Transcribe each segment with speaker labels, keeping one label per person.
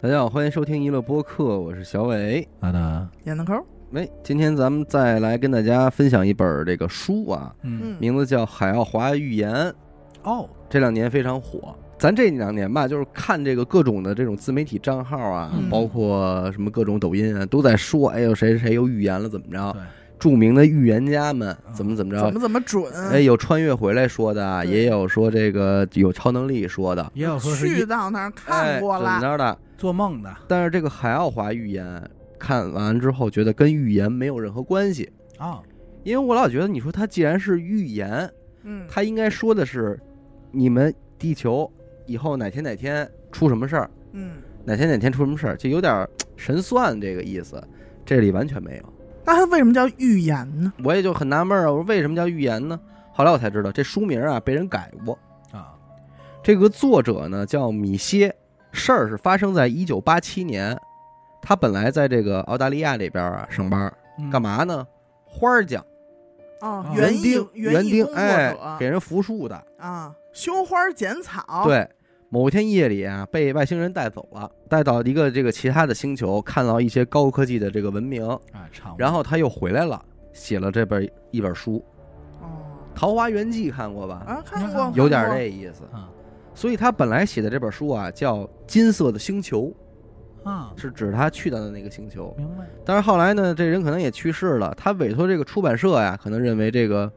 Speaker 1: 大家好，欢迎收听娱乐播客，我是小伟。
Speaker 2: 阿达，
Speaker 3: 闫德抠，
Speaker 1: 哎，今天咱们再来跟大家分享一本这个书啊，
Speaker 3: 嗯，
Speaker 1: 名字叫《海奥华寓言》，
Speaker 2: 哦，
Speaker 1: 这两年非常火。咱这两年吧，就是看这个各种的这种自媒体账号啊，
Speaker 3: 嗯
Speaker 1: 包括什么各种抖音啊，都在说，哎呦谁谁谁又预言了怎么着
Speaker 2: 对？
Speaker 1: 著名的预言家们怎么怎么着
Speaker 3: 啊怎？么怎么准？
Speaker 1: 哎，有穿越回来说的，
Speaker 3: 对
Speaker 1: 也有说这个有超能力说的，
Speaker 2: 也有说是
Speaker 3: 去
Speaker 2: 一
Speaker 3: 到那儿看过
Speaker 1: 哎怎么
Speaker 3: 了，
Speaker 1: 着的？
Speaker 2: 做梦的
Speaker 1: 但是这个海奥华预言看完之后，觉得跟预言没有任何关系，
Speaker 2: 啊，
Speaker 1: 因为我老觉得你说它既然是预言，
Speaker 3: 嗯，
Speaker 1: 它应该说的是你们地球以后哪天哪天出什么事儿，
Speaker 3: 嗯，
Speaker 1: 哪天哪天出什么事儿，就有点儿神算这个意思。这里完全没有，
Speaker 3: 那它为什么叫预言呢？
Speaker 1: 我也就很纳闷儿啊，我说为什么叫预言呢？后来我才知道，这书名啊被人改过，
Speaker 2: 啊，
Speaker 1: 这个作者呢叫米歇，事儿是发生在一九八七年，他本来在这个澳大利亚这边啊上班，
Speaker 2: 嗯
Speaker 1: 干？嘛呢？花儿匠、
Speaker 3: 哦
Speaker 2: 啊，
Speaker 3: 园艺
Speaker 1: 丁、园
Speaker 3: 艺
Speaker 1: 丁，
Speaker 3: 工作
Speaker 1: 哎，给
Speaker 3: 者
Speaker 1: 人扶树的。
Speaker 3: 啊，修花剪草，，
Speaker 1: 对，某天夜里啊，被外星人带走了，带到一个这个其他的星球，看到一些高科技的这个文
Speaker 3: 哦
Speaker 1: 明，
Speaker 2: 啊，场
Speaker 1: 然后他又回来了，写了这本一本书
Speaker 3: 哦，
Speaker 1: 《桃花源记》，看过吧？
Speaker 3: 啊，看
Speaker 2: 你看
Speaker 3: 过，嗯
Speaker 2: 看
Speaker 1: 有点
Speaker 3: 看过
Speaker 1: 这意思。
Speaker 2: 啊
Speaker 1: 所以他本来写的这本书啊，叫《金色的星球
Speaker 2: 啊》，，
Speaker 1: 是指他去到的那个星球。
Speaker 2: 明白，
Speaker 1: 但是后来呢，这人可能也去世了，他委托这个出版社呀，可能认为这个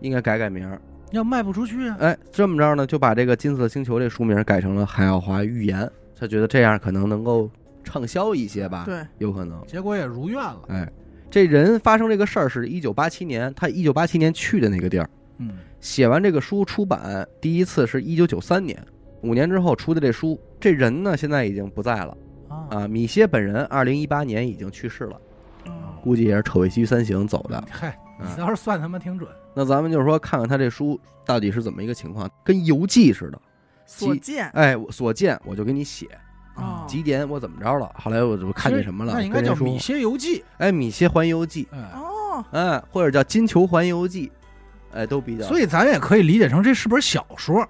Speaker 1: 应该改改名儿。
Speaker 2: 要卖不出去啊，
Speaker 1: 哎，这么着呢，就把这个《金色星球》这书名改成了《海奥华预言》，他觉得这样可能能够畅销一些吧？，
Speaker 3: 对，
Speaker 1: 有可能。
Speaker 2: 结果也如愿了，
Speaker 1: 哎，这人发生这个事儿是一九八七年，他一九八七年去的那个地儿，
Speaker 2: 嗯，
Speaker 1: 写完这个书出版第一次是一九九三年，五年之后出的这书。这人呢，现在已经不在了
Speaker 2: 啊，
Speaker 1: 啊。米歇本人二零一八年已经去世了，
Speaker 3: 嗯
Speaker 1: 估计也是扯尾须三行走啊的。
Speaker 2: 嗨，
Speaker 1: 嗯
Speaker 2: 你倒是算他妈挺准，
Speaker 1: 那咱们就是说，看看他这书到底是怎么一个情况，跟游记似的。
Speaker 3: 所见
Speaker 1: 哎，我所见我就给你写，
Speaker 3: 哦，
Speaker 1: 几点我怎么着了？后来我就看见什么了？
Speaker 2: 啊那
Speaker 1: 我
Speaker 2: 应该
Speaker 1: 跟
Speaker 2: 叫
Speaker 1: 人
Speaker 2: 《
Speaker 1: 说
Speaker 2: 米歇游记》，
Speaker 1: 哎，米歇环游记，
Speaker 2: 哎，
Speaker 3: 哦，
Speaker 1: 哎，或者叫《金球环游记》，哎，都比较。
Speaker 2: 所
Speaker 1: 以
Speaker 2: 以咱也可以理解成这是本小说，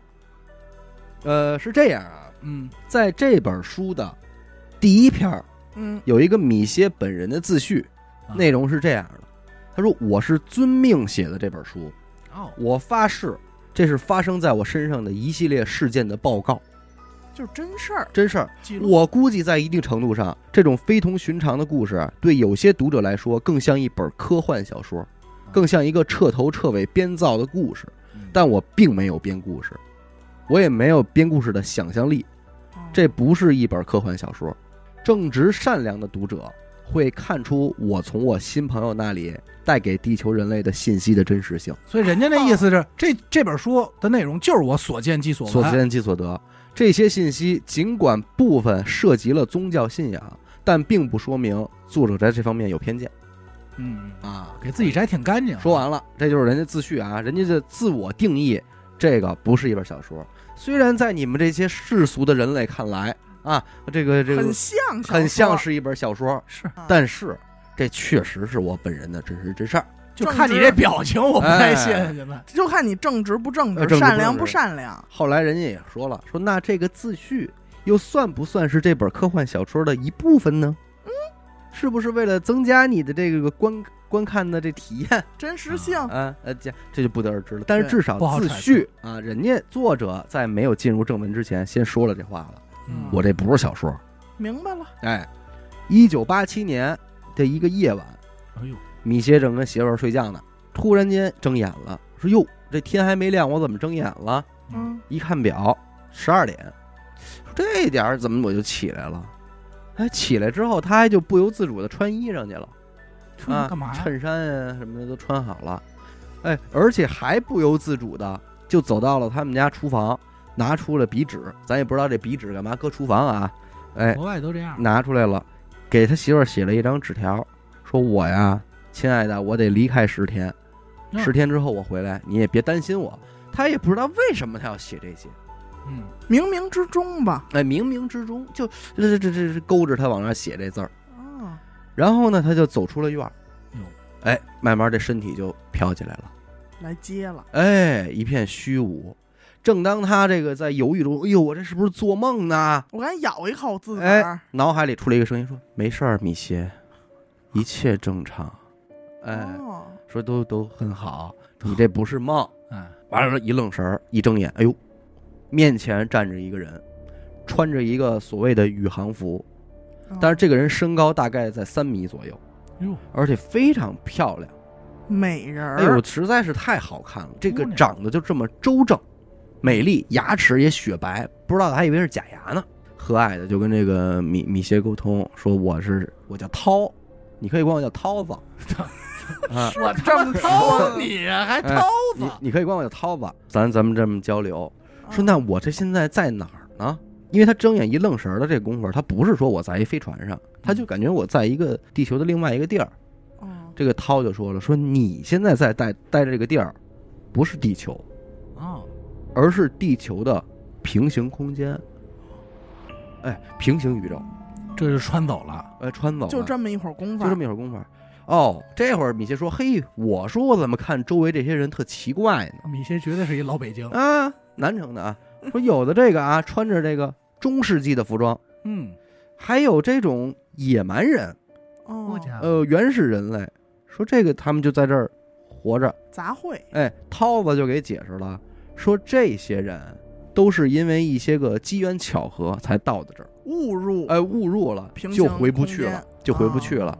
Speaker 1: 呃，是这样啊，
Speaker 2: 嗯，
Speaker 1: 在这本书的第一篇儿
Speaker 3: 嗯，
Speaker 1: 有一个米歇本人的自序
Speaker 2: 啊，
Speaker 1: 内容是这样的：他说我是遵命写的这本书，
Speaker 2: 哦，
Speaker 1: 我发誓。这是发生在我身上的一系列事件的报告，
Speaker 3: 就是真事儿，
Speaker 1: 真事儿。
Speaker 2: 记录
Speaker 1: 我估计在一定程度上，这种非同寻常的故事啊对有些读者来说更像一本科幻小说，更像一个彻头彻尾编造的故事。
Speaker 2: 嗯
Speaker 1: 但我并没有编故事，我也没有编故事的想象力。
Speaker 3: 嗯
Speaker 1: 这不是一本科幻小说。正直善良的读者会看出我从我新朋友那里带给地球人类的信息的真实性，
Speaker 2: 所以人家那
Speaker 1: 哦
Speaker 2: 意思是，这这本书的内容就是我所见即所
Speaker 1: 所
Speaker 2: 闻，
Speaker 1: 见即所得。这些信息尽管部分涉及了宗教信仰，但并不说明作者在这方面有偏见。
Speaker 2: 嗯，
Speaker 1: 啊，
Speaker 2: 给自己摘挺干净，
Speaker 1: 说完了，这就是人家自序啊，人家的自我定义，这个不是一本小说。虽然在你们这些世俗的人类看来啊，这个这个
Speaker 3: 很像小说，
Speaker 1: 很像是一本小说，
Speaker 2: 是，
Speaker 3: 啊
Speaker 1: 但是这确实是我本人的真实之事儿。
Speaker 2: 就
Speaker 3: 正
Speaker 2: 看你
Speaker 3: 直
Speaker 2: 这表情，我不太信
Speaker 1: 哎
Speaker 2: 现在。
Speaker 3: 就看你正直不正
Speaker 1: 呃正
Speaker 3: 直，
Speaker 1: 直不
Speaker 3: 善良
Speaker 1: 正
Speaker 3: 不
Speaker 1: 直
Speaker 3: 善良，
Speaker 1: 后来人家也说了，说那这个自序又算不算是这本科幻小说的一部分呢？嗯，是不是为了增加你的这个观观看的这体验？
Speaker 3: 真实性，
Speaker 1: 啊，呃，这这就不得而知了。但是
Speaker 3: 对
Speaker 1: 至少
Speaker 2: 哦不好
Speaker 1: 自
Speaker 2: 揣测
Speaker 1: 序啊，人家作者在没有进入正文之前，先说了这话了。
Speaker 3: 嗯
Speaker 1: 我这不是小说。
Speaker 3: 明白了，
Speaker 2: 嗯
Speaker 1: 哎，一九八七年的一个夜晚，
Speaker 2: 哎呦，
Speaker 1: 米歇正跟媳妇儿睡觉呢，突然间睁眼了，说：“哟，这天还没亮，我怎么睁眼了
Speaker 3: 嗯？”，
Speaker 1: 一看表，十二点。说这点儿怎么我就起来了？哎，起来之后，他还就不由自主的穿衣裳去了。
Speaker 2: 穿
Speaker 1: 啊
Speaker 2: 着干嘛呀？
Speaker 1: 衬衫啊什么的都穿好了，哎，而且还不由自主的就走到了他们家厨房，拿出了笔纸，咱也不知道这笔纸干嘛，搁厨房啊，哎，
Speaker 2: 国外都这样，
Speaker 1: 拿出来了，给他媳妇儿写了一张纸条，说我呀，亲爱的，我得离开十天，
Speaker 2: 嗯
Speaker 1: 十天之后我回来，你也别担心我。他也不知道为什么他要写这些，
Speaker 2: 嗯，
Speaker 3: 冥冥之中吧，
Speaker 1: 哎，冥冥之中就这这这这勾着他往那儿写这字儿。
Speaker 3: 啊，
Speaker 1: 然后呢，他就走出了院儿
Speaker 2: 哟，
Speaker 1: 哎，慢慢这身体就飘起来了。
Speaker 3: 来接了，
Speaker 1: 哎，一片虚无。正当他这个在犹豫中，哎呦，我这是不是做梦呢？
Speaker 3: 我赶紧咬一口自个
Speaker 1: 哎
Speaker 3: 儿，
Speaker 1: 脑海里出来一个声音说：“没事儿，米歇，一切正常。”哎，
Speaker 3: 哦，
Speaker 1: 说都都很好，你这不是 梦。
Speaker 2: 嗯，
Speaker 1: 完了，一愣神儿，一睁眼，哎呦，面前站着一个人，穿着一个所谓的宇航服，
Speaker 3: 哦
Speaker 1: 但是这个人身高大概在三米左右，
Speaker 2: 哟，
Speaker 1: 而且非常漂亮。
Speaker 3: 哦美人
Speaker 1: 哎呦
Speaker 3: 儿，，
Speaker 1: 实在是太好看了！这个
Speaker 2: 姑娘
Speaker 1: 长得就这么周正，美丽，牙齿也雪白，不知道的还以为是假牙呢。和蔼的就跟这个米米歇沟通，说我是我叫涛，你可以管我叫涛 子。啊，
Speaker 2: 我这么
Speaker 3: 说
Speaker 2: 掏你还
Speaker 1: 哎
Speaker 2: 掏
Speaker 1: 你
Speaker 2: 子？
Speaker 1: 你可以管我叫涛子，咱咱们这么交流。说
Speaker 3: 嗯
Speaker 1: 那我这现在在哪儿呢？因为他睁眼一愣神儿的这功夫，他不是说我在一飞船上，他
Speaker 3: 嗯
Speaker 1: 就感觉我在一个地球的另外一个地儿。
Speaker 3: 哦
Speaker 1: 这个涛就说了，说你现在在待待着这个地儿，不是地球，
Speaker 2: 哦，
Speaker 1: 而是地球的平行空间。哎，平行宇宙，
Speaker 2: 这就穿走了。
Speaker 1: 哎，穿走了
Speaker 3: 就这么一会儿功夫
Speaker 1: 就，这么一会儿功夫。哦，这会儿米歇说：“嘿，我说我怎么看周围这些人特奇怪呢？
Speaker 2: 米歇绝对是一老北京。
Speaker 1: 啊，南城的啊，说有的这个啊，穿着这个中世纪的服装，
Speaker 2: 嗯，
Speaker 1: 还有这种野蛮人，
Speaker 3: 哦，
Speaker 2: 家伙，
Speaker 1: 呃，原始人类。说这个他们就在这儿活着。
Speaker 3: 杂烩，
Speaker 1: 哎，涛子就给解释了，说这些人都是因为一些个机缘巧合才到的这儿。”
Speaker 3: 误入
Speaker 1: 哎，误入了
Speaker 3: 平，行
Speaker 1: 就回不去
Speaker 3: 空
Speaker 1: 了
Speaker 3: 间，啊
Speaker 1: 就回不去了。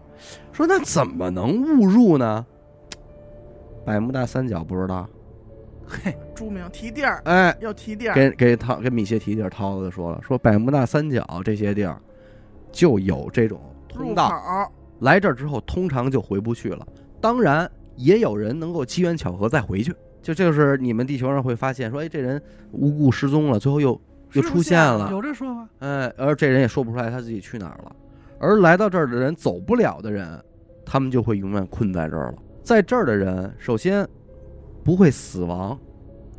Speaker 1: 说那怎么能误入呢？百慕大三角不知道。
Speaker 2: 嘿，
Speaker 3: 著名提地儿，
Speaker 1: 哎，
Speaker 3: 要提地儿，
Speaker 1: 给给涛给米歇提地儿涛子说了，说百慕大三角这些地儿就有这种通
Speaker 3: 入
Speaker 1: 道，
Speaker 3: 口，
Speaker 1: 来这儿之后通常就回不去了。当然，也有人能够机缘巧合再回去。就这就是你们地球上会发现说，哎，这人无故失踪了，最后又又
Speaker 3: 失
Speaker 1: 出现
Speaker 3: 现
Speaker 1: 了，
Speaker 2: 有这说法？
Speaker 1: 哎，而这人也说不出来他自己去哪儿了。而来到这儿的人，走不了的人，他们就会永远困在这儿了。在这儿的人，首先不会死亡，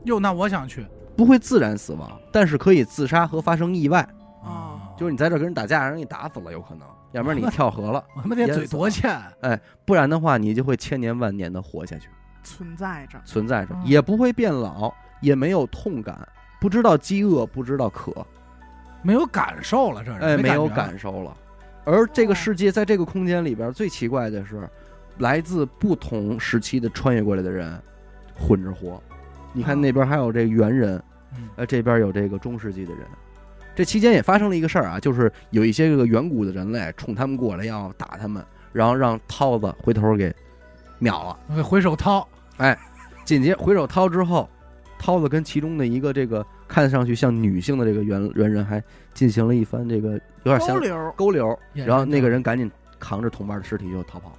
Speaker 2: 哟，那我想去。
Speaker 1: 不会自然死亡，但是可以自杀和发生意外。
Speaker 3: 哦
Speaker 1: 就是你在这儿跟人打架，让人给你打死了，有可能；要不然你跳河了，
Speaker 2: 我他妈得嘴多欠，啊
Speaker 1: 不然的话，你就会千年万年的活下去，
Speaker 3: 存在着，
Speaker 1: 存在着
Speaker 3: 嗯，
Speaker 1: 也不会变老，也没有痛感，不知道饥饿，不知道渴，
Speaker 2: 没有感受了，这人
Speaker 1: 哎，没有
Speaker 2: 感觉了嗯
Speaker 1: 感受了。而这个
Speaker 3: 哦
Speaker 1: 世界在这个空间里边最奇怪的是，来自不同时期的穿越过来的人混着活。你看
Speaker 3: 哦
Speaker 1: 那边还有这个猿人，
Speaker 2: 啊嗯
Speaker 1: 呃，这边有这个中世纪的人。这期间也发生了一个事儿啊，就是有一些这个远古的人类冲他们过来要打他们，然后让涛子回头给秒了。
Speaker 2: 我得回手掏。
Speaker 1: 紧接回手掏之后，涛子跟其中的一个这个看上去像女性的这个猿猿人还进行了一番这个有点
Speaker 3: 勾
Speaker 1: 像
Speaker 3: 留，
Speaker 1: 勾留，
Speaker 2: 眼神
Speaker 1: 然后那个
Speaker 2: 交流
Speaker 1: 人赶紧扛着同伴的尸体就逃跑了。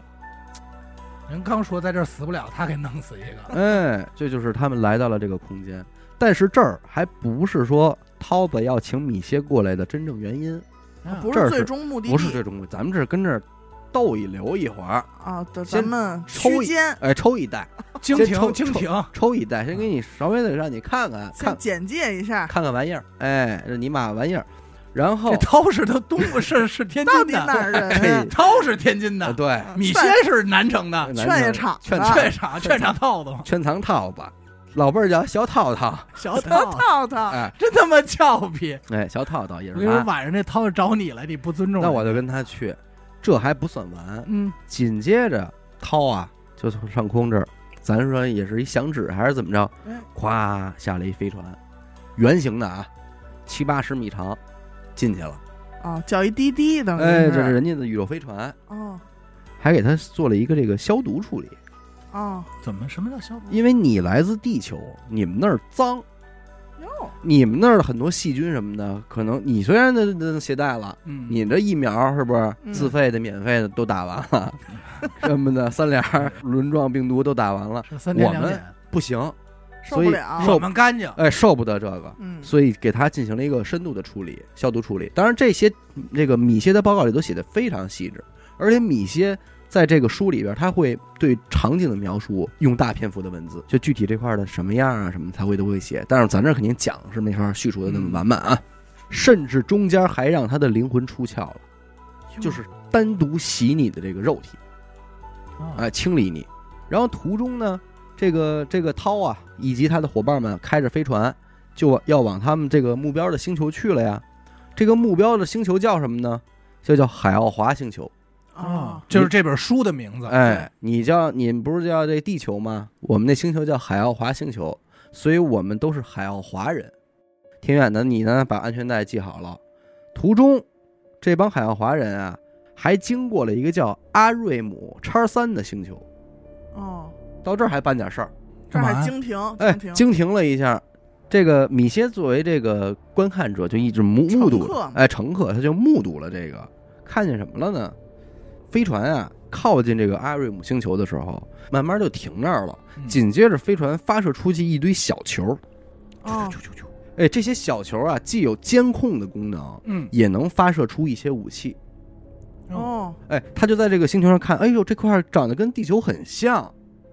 Speaker 2: 人刚说在这儿死不了，他给弄死一个。
Speaker 1: 哎，这就是他们来到了这个空间，但是这儿还不是说涛子要请米歇过来的真正原因，
Speaker 2: 啊
Speaker 3: 不
Speaker 1: 这儿
Speaker 3: 是
Speaker 1: 是
Speaker 3: 最终目的
Speaker 1: 不是
Speaker 3: 地
Speaker 1: 这种，咱们这儿跟这儿斗一留一会儿，
Speaker 3: 啊，对
Speaker 1: 先
Speaker 3: 咱们
Speaker 1: 抽
Speaker 3: 区
Speaker 1: 一
Speaker 3: 间
Speaker 1: 哎，抽一袋，
Speaker 2: 蜻
Speaker 1: 先抽
Speaker 2: 蜓，蜻蜓，
Speaker 1: 抽一袋，先给你稍微的让你看看
Speaker 3: 先
Speaker 1: 看
Speaker 3: 简介一 下，
Speaker 1: 看看玩意儿，哎，这尼玛玩意儿，然后
Speaker 2: 这涛是他东部是是天
Speaker 3: 到
Speaker 2: 津
Speaker 3: 底哪
Speaker 2: 的，
Speaker 3: 儿
Speaker 1: 可以
Speaker 3: 人？
Speaker 2: 涛是天津
Speaker 1: 啊
Speaker 2: 的，
Speaker 1: 对，
Speaker 2: 米歇是南城的，
Speaker 1: 南
Speaker 3: 劝
Speaker 1: 城
Speaker 3: 一场啊
Speaker 1: 劝
Speaker 3: 吧
Speaker 1: 场
Speaker 2: 劝场劝场套子嘛，
Speaker 1: 圈藏套子，老辈儿叫小套套，
Speaker 2: 小
Speaker 3: 套
Speaker 2: 套
Speaker 3: 套套，
Speaker 1: 哎
Speaker 2: 真他妈俏皮。
Speaker 1: 哎，小套套也
Speaker 2: 我
Speaker 1: 是
Speaker 2: 跟你说，
Speaker 1: 他，
Speaker 2: 晚上这涛子找你来，你不尊重人。
Speaker 1: 那我就跟他去，这还不算完，
Speaker 2: 嗯，
Speaker 1: 紧接着涛啊，就从上空这儿，咱说也是一响指还是怎么着
Speaker 3: 嗯，
Speaker 1: 咵下来一飞船，圆形的啊，七八十米长，进去了。
Speaker 3: 啊，叫一滴滴的，
Speaker 1: 哎，这是人家的宇宙飞船，
Speaker 3: 哦
Speaker 1: 还给他做了一个这个消毒处理，
Speaker 3: 哦
Speaker 2: 怎么什么叫消毒？
Speaker 1: 因为你来自地球，你们那儿脏。
Speaker 3: 哟，
Speaker 1: 你们那儿的很多细菌什么的，可能你虽然那那携带了，
Speaker 2: 嗯，
Speaker 1: 你这疫苗是不是
Speaker 3: 嗯
Speaker 1: 自费的、免费的都打完 了，什么的三联儿轮状病毒都打完了，
Speaker 2: 是三天
Speaker 1: 我
Speaker 2: 两
Speaker 1: 们
Speaker 2: 点，
Speaker 1: 不行，
Speaker 3: 受不
Speaker 1: 所以
Speaker 3: 了，
Speaker 1: 受
Speaker 2: 我们干净。
Speaker 1: 哎，受不得这个，
Speaker 3: 嗯，
Speaker 1: 所以给他进行了一个深度的处理、消毒处理。当然，这些这个米歇的报告里都写的非常细致，而且米歇在这个书里边，他会对场景的描述用大篇幅的文字，就具体这块的什么样啊什么，他会都会写。但是咱这儿肯定讲是没法叙述的那么完满啊，甚至中间还让他的灵魂出窍了，就是单独洗你的这个肉体。
Speaker 2: 哦
Speaker 1: 哎，清理你。啊然后途中呢，这个这个涛啊，以及他的伙伴们开着飞船就往要往他们这个目标的星球去了呀。这个目标的星球叫什么呢？就叫海奥华星球。
Speaker 3: 哦，
Speaker 2: 就是这本书的名字。
Speaker 1: 哎，你叫你们不是叫这地球吗？我们那星球叫海奥华星球，所以我们都是海奥华人。挺远的，你呢把安全带系好了。途中，这帮海奥华人啊，还经过了一个叫阿瑞姆叉三的星球。
Speaker 3: 哦，
Speaker 1: 到这儿还办点事儿，
Speaker 3: 这儿
Speaker 2: 干
Speaker 3: 还
Speaker 2: 嘛
Speaker 3: 经停，
Speaker 1: 哎，
Speaker 3: 哦停，
Speaker 1: 经停了一下。这个米歇作为这个观看者，就一直目目睹
Speaker 3: 乘客嘛，
Speaker 1: 哎，乘客他就目睹了这个，看见什么了呢？飞船啊，靠近这个阿瑞姆星球的时候，慢慢就停那儿了。
Speaker 2: 嗯
Speaker 1: 紧接着，飞船发射出去一堆小球，
Speaker 3: 哦，
Speaker 1: 哎，这些小球啊，既有监控的功能，
Speaker 2: 嗯
Speaker 1: 也能发射出一些武器。
Speaker 3: 哦，
Speaker 1: 哎，他就在这个星球上看，哎呦，这块儿长得跟地球很像，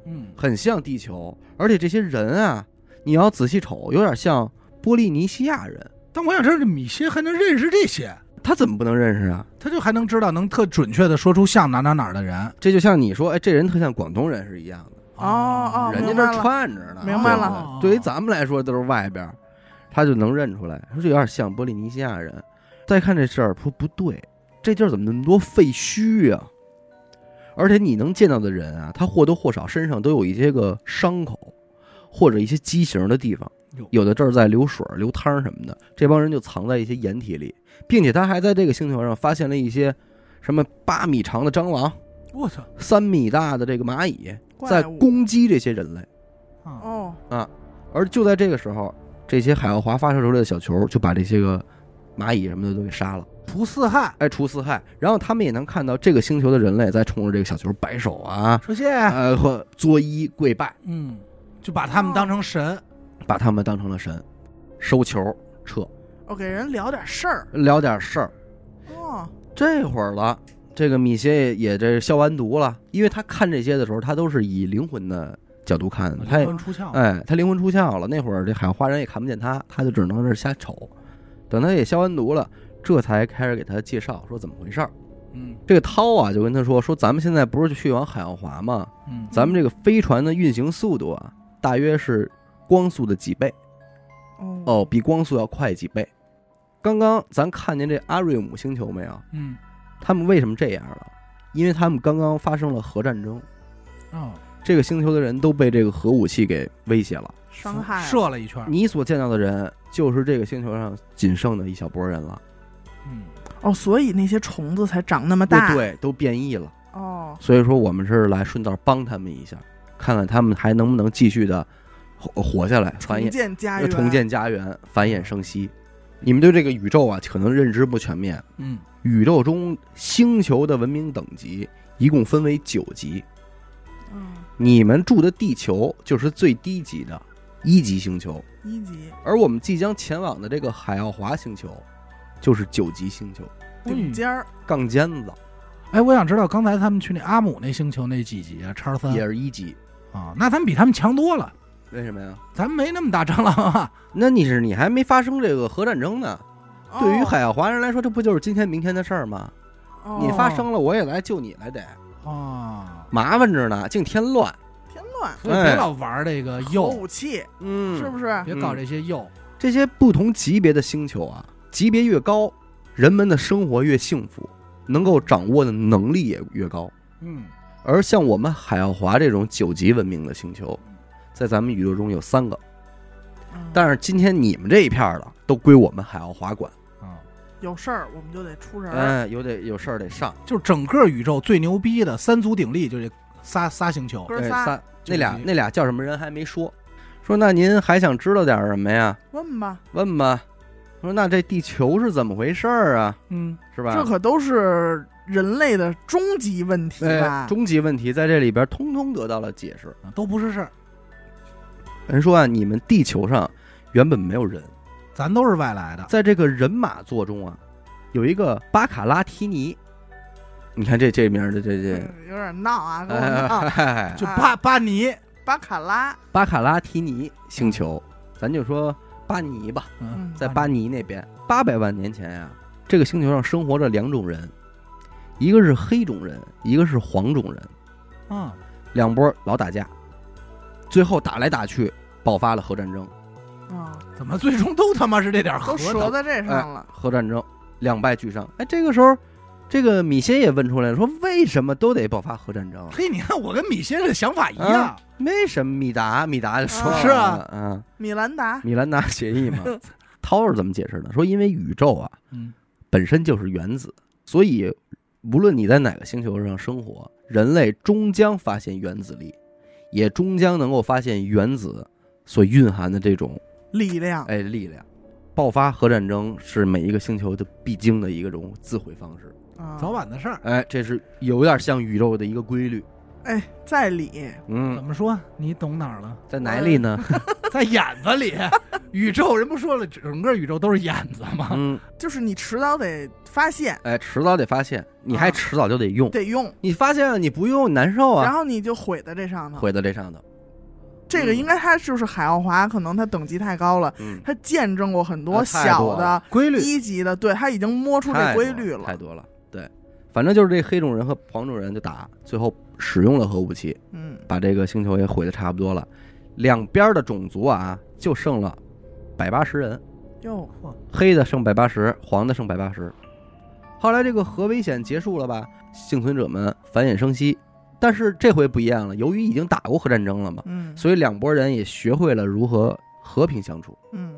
Speaker 2: 嗯
Speaker 1: 很像地球，而且这些人啊，你要仔细瞅，有点像波利尼西亚人。
Speaker 2: 但我想知道这米歇还能认识这些，
Speaker 1: 他怎么不能认识啊？
Speaker 2: 他就还能知道能特准确的说出像哪哪哪儿的人。
Speaker 1: 这就像你说，哎，这人特像广东人是一样的，
Speaker 3: 哦哦
Speaker 1: 人家
Speaker 3: 明白
Speaker 1: 这
Speaker 3: 了
Speaker 1: 串着呢。
Speaker 3: 明白
Speaker 1: 对
Speaker 3: 了
Speaker 1: 不
Speaker 2: 哦
Speaker 1: 对对于咱们来说都是外边儿，他就能认出来，说这有点像波利尼西亚人。再看这事儿，说不对，这地儿怎么那么多废墟呀、而且你能见到的人啊，他或多或少身上都有一些个伤口，或者一些畸形的地方
Speaker 2: 哟。
Speaker 1: 有的这儿在流水、流汤什么的，这帮人就藏在一些掩体里，并且他还在这个星球上发现了一些什么八米长的蟑螂、
Speaker 2: 我操！
Speaker 1: 三米大的这个蚂蚁在
Speaker 3: 怪物，
Speaker 1: 攻击这些人类。
Speaker 2: 啊
Speaker 3: 哦，
Speaker 1: 而就在这个时候，这些海奥华发射出来的小球就把这些个蚂蚁什么的都给杀了，
Speaker 2: 除四害，
Speaker 1: 哎，除四害。然后他们也能看到这个星球的人类在冲着这个小球摆手啊，
Speaker 2: 说谢。
Speaker 1: 呃，或作揖跪拜，
Speaker 2: 嗯，就把他们当成神。
Speaker 1: 把他们当成了神，收球撤，
Speaker 3: 我哦给人聊点事儿，
Speaker 1: 聊点事儿。
Speaker 3: 哦，
Speaker 1: 这会儿了，这个米歇也也这消完毒了，因为他看这些的时候，他都是以灵魂的角度看的，他也
Speaker 2: 灵魂出窍。
Speaker 1: 哎，他灵魂出窍了。那会儿这海花人也看不见他，他就只能在这儿瞎瞅。等他也消完毒了，这才开始给他介绍说怎么回事儿。
Speaker 2: 嗯
Speaker 1: 这个涛啊，就跟他说说咱们现在不是去往海奥华吗？
Speaker 2: 嗯，
Speaker 1: 咱们这个飞船的运行速度啊，大约是光速的几倍
Speaker 3: 哦，
Speaker 1: 哦，比光速要快几倍。刚刚咱看见这阿瑞姆星球没有？
Speaker 2: 嗯
Speaker 1: 他们为什么这样了？因为他们刚刚发生了核战争，
Speaker 2: 哦，
Speaker 1: 这个星球的人都被这个核武器给威胁了。
Speaker 3: 伤害了，
Speaker 2: 射了一圈。
Speaker 1: 你所见到的人，就是这个星球上仅剩的一小波人了，
Speaker 2: 嗯，
Speaker 3: 哦，所以那些虫子才长那么
Speaker 1: 不
Speaker 3: 大，
Speaker 1: 对，都变异了。
Speaker 3: 哦，
Speaker 1: 所以说，我们是来顺道帮他们一下，看看他们还能不能继续的活活下来，繁
Speaker 3: 重
Speaker 1: 衍、
Speaker 3: 建家
Speaker 1: 呃
Speaker 3: 园，
Speaker 1: 重，建家园，繁衍生息。你们对这个宇宙啊，可能认知不全面。
Speaker 2: 嗯
Speaker 1: 宇宙中星球的文明等级一共分为九级，
Speaker 3: 嗯，
Speaker 1: 你们住的地球就是最低级的一级星球，
Speaker 3: 一级，
Speaker 1: 而我们即将前往的这个海奥华星球，就是九级星球。
Speaker 3: 顶尖儿，
Speaker 1: 杠尖子
Speaker 2: 哎，我想知道刚才他们去那阿姆那星球那几集啊，叉三
Speaker 1: 也是一级，
Speaker 2: 啊，那他们比他们强多了，
Speaker 1: 为什么呀？
Speaker 2: 咱们没那么大蟑螂啊。
Speaker 1: 那你是你还没发生这个核战争呢？
Speaker 3: 哦
Speaker 1: 对于海奥华人来说，这不就是今天明天的事儿吗？
Speaker 3: 哦
Speaker 1: 你发生了，我也来救你来得，
Speaker 2: 哦，
Speaker 1: 麻烦着呢，净添乱。
Speaker 3: 添乱，
Speaker 2: 所以别老玩这个
Speaker 3: 核
Speaker 2: 鼬，
Speaker 3: 武器
Speaker 1: 哎嗯
Speaker 3: 是不是？
Speaker 2: 别搞这些鼬。
Speaker 1: 这些不同级别的星球啊，级别越高，人们的生活越幸福，能够掌握的能力也越高。
Speaker 2: 嗯，
Speaker 1: 而像我们海奥华这种九级文明的星球，在咱们宇宙中有三个，
Speaker 3: 嗯
Speaker 1: 但是今天你们这一片儿的都归我们海奥华管。
Speaker 2: 啊，
Speaker 3: 有事儿我们就得出人儿，
Speaker 1: 嗯，有得有事儿得上。
Speaker 2: 就整个宇宙最牛逼的三足鼎立，就这仨仨星球。
Speaker 3: 哥
Speaker 1: 哎
Speaker 3: 仨，
Speaker 1: 那俩
Speaker 2: 就是
Speaker 1: 那俩叫什么人还没说，说那您还想知道点什么呀？
Speaker 3: 问吧，
Speaker 1: 问吧。说那这地球是怎么回事儿啊？
Speaker 2: 嗯，
Speaker 1: 是吧？
Speaker 3: 这可都是人类的终极问题
Speaker 1: 哎
Speaker 3: 吧，？
Speaker 1: 终极问题在这里边通通得到了解释。
Speaker 2: 都不是事儿，
Speaker 1: 人说啊，你们地球上原本没有人，
Speaker 2: 咱都是外
Speaker 3: 啊
Speaker 2: 来的。
Speaker 1: 在这个人马座中啊，有一个巴卡拉提尼。你看这这名儿的这这，
Speaker 3: 嗯有点闹啊，跟我闹。
Speaker 1: 哎，
Speaker 2: 就巴巴尼，
Speaker 3: 巴卡拉，
Speaker 1: 巴卡拉提尼星球，咱就说巴尼吧。
Speaker 3: 嗯
Speaker 1: 在巴尼那边，八百万年前呀、这个星球上生活着两种人，一个是黑种人，一个是黄种人，
Speaker 2: 啊，
Speaker 1: 两波老打架，最后打来打去，爆发了核战争。
Speaker 3: 啊，
Speaker 2: 怎么最终都他妈是这点核
Speaker 3: 都折在这上了，
Speaker 1: 核战争两败俱伤。哎，这个时候，这个米歇也问出来了，说为什么都得爆发核战争？
Speaker 2: 嘿，你看我跟米先生的想法一
Speaker 1: 嗯
Speaker 2: 样，
Speaker 1: 为什么米达米达说
Speaker 3: 啊
Speaker 2: 是啊
Speaker 1: 啊，
Speaker 3: 米兰达
Speaker 1: 米兰达协议嘛。涛是怎么解释的？说因为宇宙啊
Speaker 2: 嗯，
Speaker 1: 本身就是原子，所以无论你在哪个星球上生活，人类终将发现原子力，也终将能够发现原子所蕴含的这种
Speaker 3: 力量，
Speaker 1: 哎力量。爆发核战争是每一个星球的必经的一个种自毁方式。
Speaker 3: 啊
Speaker 2: 早晚的事儿。
Speaker 1: 哎，这是有点像宇宙的一个规律。
Speaker 3: 哎，在理，
Speaker 2: 怎
Speaker 1: 嗯，
Speaker 2: 么说？你懂哪儿了？
Speaker 1: 在哪里 呢？
Speaker 2: 在眼子里，宇宙人不说了，整个宇宙都是眼子吗？
Speaker 1: 嗯，
Speaker 3: 就是你迟早得发现，
Speaker 1: 哎，迟早得发现，你还
Speaker 3: 啊
Speaker 1: 迟早就得用。
Speaker 3: 得用，
Speaker 1: 你发现了你不用难受
Speaker 3: 然
Speaker 1: 啊，
Speaker 3: 后你就毁在这上头。
Speaker 1: 毁在嗯这上头。
Speaker 3: 这个应该他就是海奥华，可能他等级太高了，
Speaker 1: 嗯，
Speaker 3: 他见证过很
Speaker 1: 啊
Speaker 3: 多
Speaker 1: 太 多
Speaker 3: 小
Speaker 1: 了
Speaker 3: 的
Speaker 2: 规律
Speaker 3: 一级的，对他已经摸出这
Speaker 1: 太
Speaker 3: 规
Speaker 1: 多
Speaker 3: 律
Speaker 1: 太
Speaker 3: 了。
Speaker 1: 多了。对，反正就是这黑种人和黄种人就打，最后使用了核武器，
Speaker 3: 嗯，
Speaker 1: 把这个星球也毁的差不多了。两边的种族啊，就剩了百八十人，
Speaker 3: 哟，
Speaker 1: 黑的剩百八十，黄的剩百八十。后来这个核危险结束了吧，幸存者们繁衍生息，但是这回不一样了，由于已经打过核战争了嘛，
Speaker 3: 嗯
Speaker 1: 所以两拨人也学会了如何和平相处。
Speaker 3: 嗯，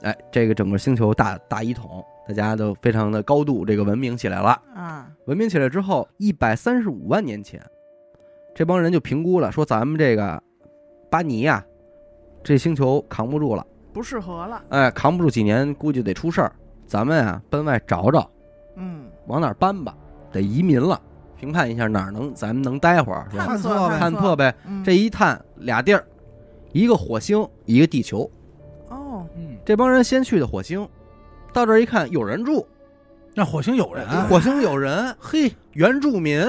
Speaker 1: 哎，这个整个星球大大一统，大家都非常的高度这个文明起来了。
Speaker 3: 啊，
Speaker 1: 文明起来之后，一百三十五万年前，这帮人就评估了，说咱们这个巴尼呀、这星球扛不住了，
Speaker 3: 不适合了。
Speaker 1: 哎，扛不住几年，估计得出事儿。咱们啊，奔外找找，
Speaker 3: 嗯，
Speaker 1: 往哪儿搬吧，得移民了。评判一下哪儿能咱们能待会儿，是吧？
Speaker 2: 探
Speaker 3: 测
Speaker 2: 测吧
Speaker 1: 探测，呗。
Speaker 3: 嗯
Speaker 1: 这一探俩地儿，一个火星，一个地球。
Speaker 3: 哦，
Speaker 2: 嗯，
Speaker 1: 这帮人先去的火星，到这儿一看有人住，
Speaker 2: 那火星有人啊，
Speaker 1: 火星有人，嘿，原住民